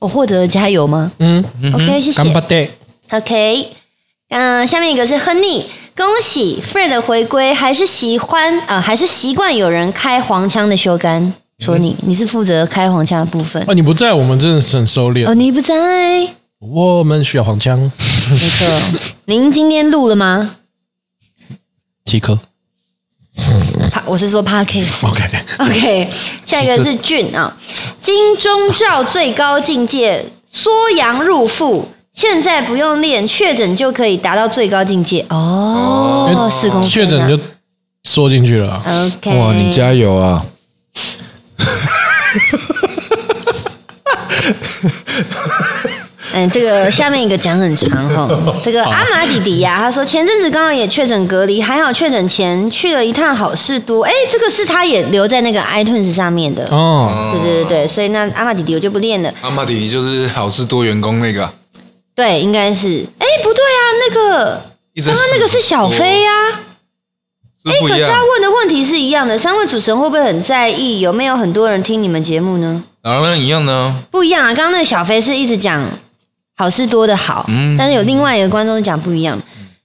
[SPEAKER 2] 我获得了加油吗、
[SPEAKER 1] 嗯，
[SPEAKER 2] o k 谢谢
[SPEAKER 1] 干。巴爹，
[SPEAKER 2] OK，嗯、下面一个是亨利，恭喜 Fred 的回归，还是喜欢啊、呃还是习惯有人开黄腔的修干。说你，你是负责开黄腔的部分
[SPEAKER 1] 啊，。你不在，我们真的是很收敛
[SPEAKER 2] 哦，。你不在，没
[SPEAKER 1] 我们需要黄腔，
[SPEAKER 2] 错。您今天录了吗？
[SPEAKER 1] 七颗。
[SPEAKER 2] 帕，我是说 Parkes。
[SPEAKER 1] OK，
[SPEAKER 2] OK，下一个是俊啊、金钟罩最高境界，缩阳入腹。现在不用练，确诊就可以达到最高境界哦，四公分啊
[SPEAKER 1] 确诊就缩进去了啊。
[SPEAKER 2] OK。
[SPEAKER 3] 哇，你加油啊！
[SPEAKER 2] 嗯，这个下面一个讲很长哈、这个阿玛弟弟呀、他说前阵子刚好也确诊隔离，还好确诊前去了一趟好事多，哎，这个是他也留在那个 iTunes 上面的。
[SPEAKER 1] 哦，
[SPEAKER 2] 对对对对，所以那阿玛弟弟我就不练了。
[SPEAKER 3] 阿玛迪就是好事多员工那个啊，
[SPEAKER 2] 对，应该是，哎，不对啊，那个
[SPEAKER 3] 一直
[SPEAKER 2] 刚啊刚那个是小飞啊，哎
[SPEAKER 3] 是不
[SPEAKER 2] 可
[SPEAKER 3] 一
[SPEAKER 2] 是
[SPEAKER 3] 样
[SPEAKER 2] 他。问的问题是一样的。三位主持人会不会很在意有没有很多人听你们节目呢？
[SPEAKER 3] 哪能一样呢？
[SPEAKER 2] 不一样啊！刚刚那个小飞是一直讲好事多的好，
[SPEAKER 3] 嗯
[SPEAKER 2] 但是有另外一个观众讲不一样。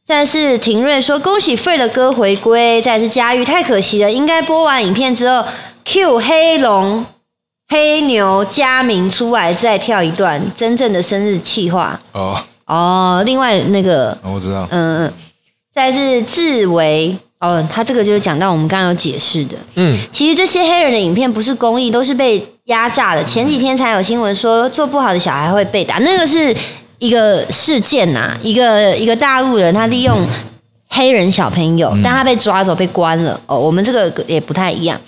[SPEAKER 2] 再来是廷瑞说恭喜 Fred 的歌回归，再来是佳玉太可惜了，应该播完影片之后 Q 黑龙、黑牛、佳明出来再跳一段真正的生日气话
[SPEAKER 3] 哦，啊
[SPEAKER 2] 哦。另外那个
[SPEAKER 3] 我知道。
[SPEAKER 2] 嗯，嗯再来是志维哦，他这个就是讲到我们刚刚有解释的，
[SPEAKER 1] 嗯，
[SPEAKER 2] 其实这些黑人的影片不是公益，都是被压榨的。前几天才有新闻说做不好的小孩会被打，那个是一个事件呐、一个一个大陆人他利用黑人小朋
[SPEAKER 3] 嗯
[SPEAKER 2] 友，但他被抓走被关了。哦，我们这个也不太一样。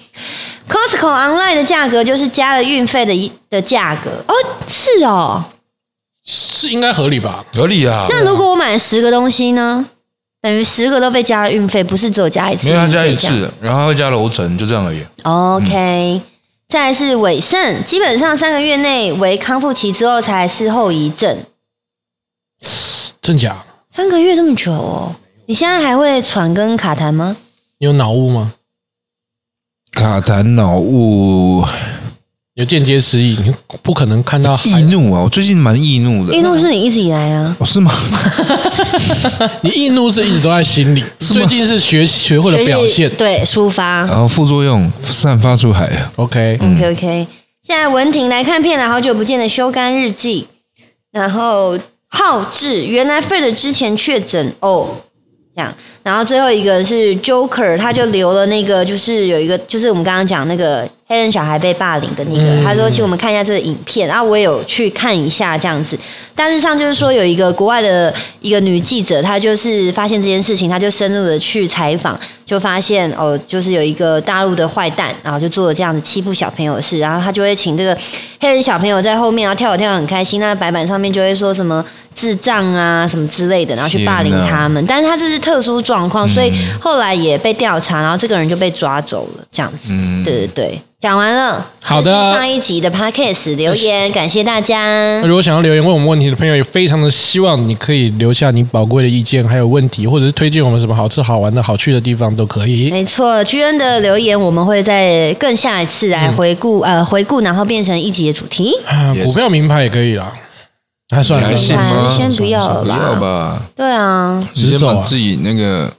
[SPEAKER 2] Costco online 的价格就是加了运费的一的价格哦，是哦。
[SPEAKER 1] 是应该合理吧？
[SPEAKER 3] 合理啊，
[SPEAKER 2] 那如果我买十个东西呢？等于十个都被加了运费，不是只有加一次
[SPEAKER 3] 没
[SPEAKER 2] 运
[SPEAKER 3] 有
[SPEAKER 2] 费这
[SPEAKER 3] 他
[SPEAKER 2] 样？
[SPEAKER 3] 加一次，然后他会加楼层，就这样而已。
[SPEAKER 2] 嗯 OK，、再来是尾肾，基本上三个月内为康复期之后才是后遗症。
[SPEAKER 1] 真假？
[SPEAKER 2] 三个月这么久哦，你现在还会喘跟卡痰吗？
[SPEAKER 1] 你有脑雾吗？
[SPEAKER 3] 卡痰脑雾、
[SPEAKER 1] 有间接失忆，你不可能看到海
[SPEAKER 3] 易怒啊，我最近蛮易怒的。
[SPEAKER 2] 易怒是你一直以来啊，
[SPEAKER 3] 哦，是 吗？
[SPEAKER 1] 你易怒是一直都在心里，最近是学学会了表现
[SPEAKER 2] 所以。对抒发。
[SPEAKER 3] 然后哦副作用散发出海。啊
[SPEAKER 1] OK，
[SPEAKER 2] OK OK，现在文婷来看片了，好久不见的修干日记。然后浩志，原来 Fred 之前确诊哦，这样。然后最后一个是 Joker，他就留了那个，就是有一个，就是我们刚刚讲那个黑人小孩被霸凌的那个，
[SPEAKER 3] 嗯
[SPEAKER 2] 他说请我们看一下这个影片，然后我也有去看一下这样子。大致上就是说有一个国外的一个女记者，她就是发现这件事情，她就深入的去采访，就发现哦，就是有一个大陆的坏蛋，然后就做了这样子欺负小朋友的事，然后她就会请这个黑人小朋友在后面，然后跳舞跳得很开心，那白板上面就会说什么。智障啊什么之类的，然后去霸凌
[SPEAKER 3] 天哪
[SPEAKER 2] 他们。但是他这是特殊状况，所以后来也被调查，然后这个人就被抓走了，这样子。
[SPEAKER 3] 嗯
[SPEAKER 2] 对对对，讲完了。
[SPEAKER 1] 好的
[SPEAKER 2] 这是上一集的 podcast 留言，感谢大家
[SPEAKER 1] 那。如果想要留言问我们问题的朋友，也非常的希望你可以留下你宝贵的意见，还有问题，或者是推荐我们什么好吃、好玩的、好去的地方都可以。
[SPEAKER 2] 没错，居恩的留言我们会在更下一次来回顾，呃，回顾然后变成一集的主题。
[SPEAKER 1] 啊，
[SPEAKER 3] Yes
[SPEAKER 1] 股票名牌也可以啦。那算
[SPEAKER 3] 你
[SPEAKER 1] 了
[SPEAKER 3] 还，信
[SPEAKER 2] 明
[SPEAKER 3] 吗？
[SPEAKER 2] 白先不要了吧
[SPEAKER 3] 不要吧，
[SPEAKER 2] 对啊，
[SPEAKER 1] 直
[SPEAKER 3] 直接
[SPEAKER 1] 走啊
[SPEAKER 3] 把自己那个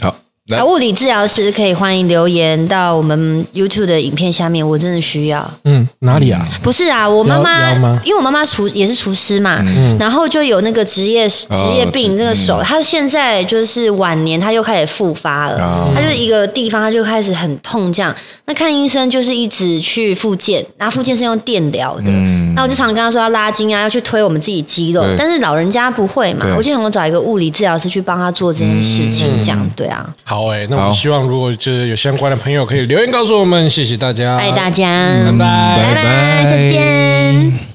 [SPEAKER 3] 好来
[SPEAKER 2] 啊，物理治疗师可以欢迎留言到我们 YouTube 的影片下面，我真的需要。
[SPEAKER 1] 嗯，哪里啊？
[SPEAKER 2] 不是啊，我妈
[SPEAKER 1] 腰腰吗
[SPEAKER 2] 妈，因为我妈妈厨也是厨师嘛，然后就有那个职业职业病，
[SPEAKER 3] 嗯
[SPEAKER 2] 这个手，她现在就是晚年，她又开始复发了
[SPEAKER 3] 哦，
[SPEAKER 2] 她就一个地方，她就开始很痛这样。那看医生就是一直去复健，然后复健是用电疗的，
[SPEAKER 3] 嗯
[SPEAKER 2] 那我就常跟她说要拉筋啊，要去推我们自己肌肉
[SPEAKER 3] 对，
[SPEAKER 2] 但是老人家不会嘛
[SPEAKER 3] 对，嗯
[SPEAKER 2] 我就想我找一个物理治疗师去帮她做这件事情，这样对啊，
[SPEAKER 1] 好诶、那我们
[SPEAKER 3] 好
[SPEAKER 1] 希望如果就是有相关的
[SPEAKER 3] 嗯
[SPEAKER 1] 朋友可以留言告诉我们，谢谢大家，
[SPEAKER 2] 爱大家，
[SPEAKER 1] 拜拜
[SPEAKER 2] 拜拜，下次见。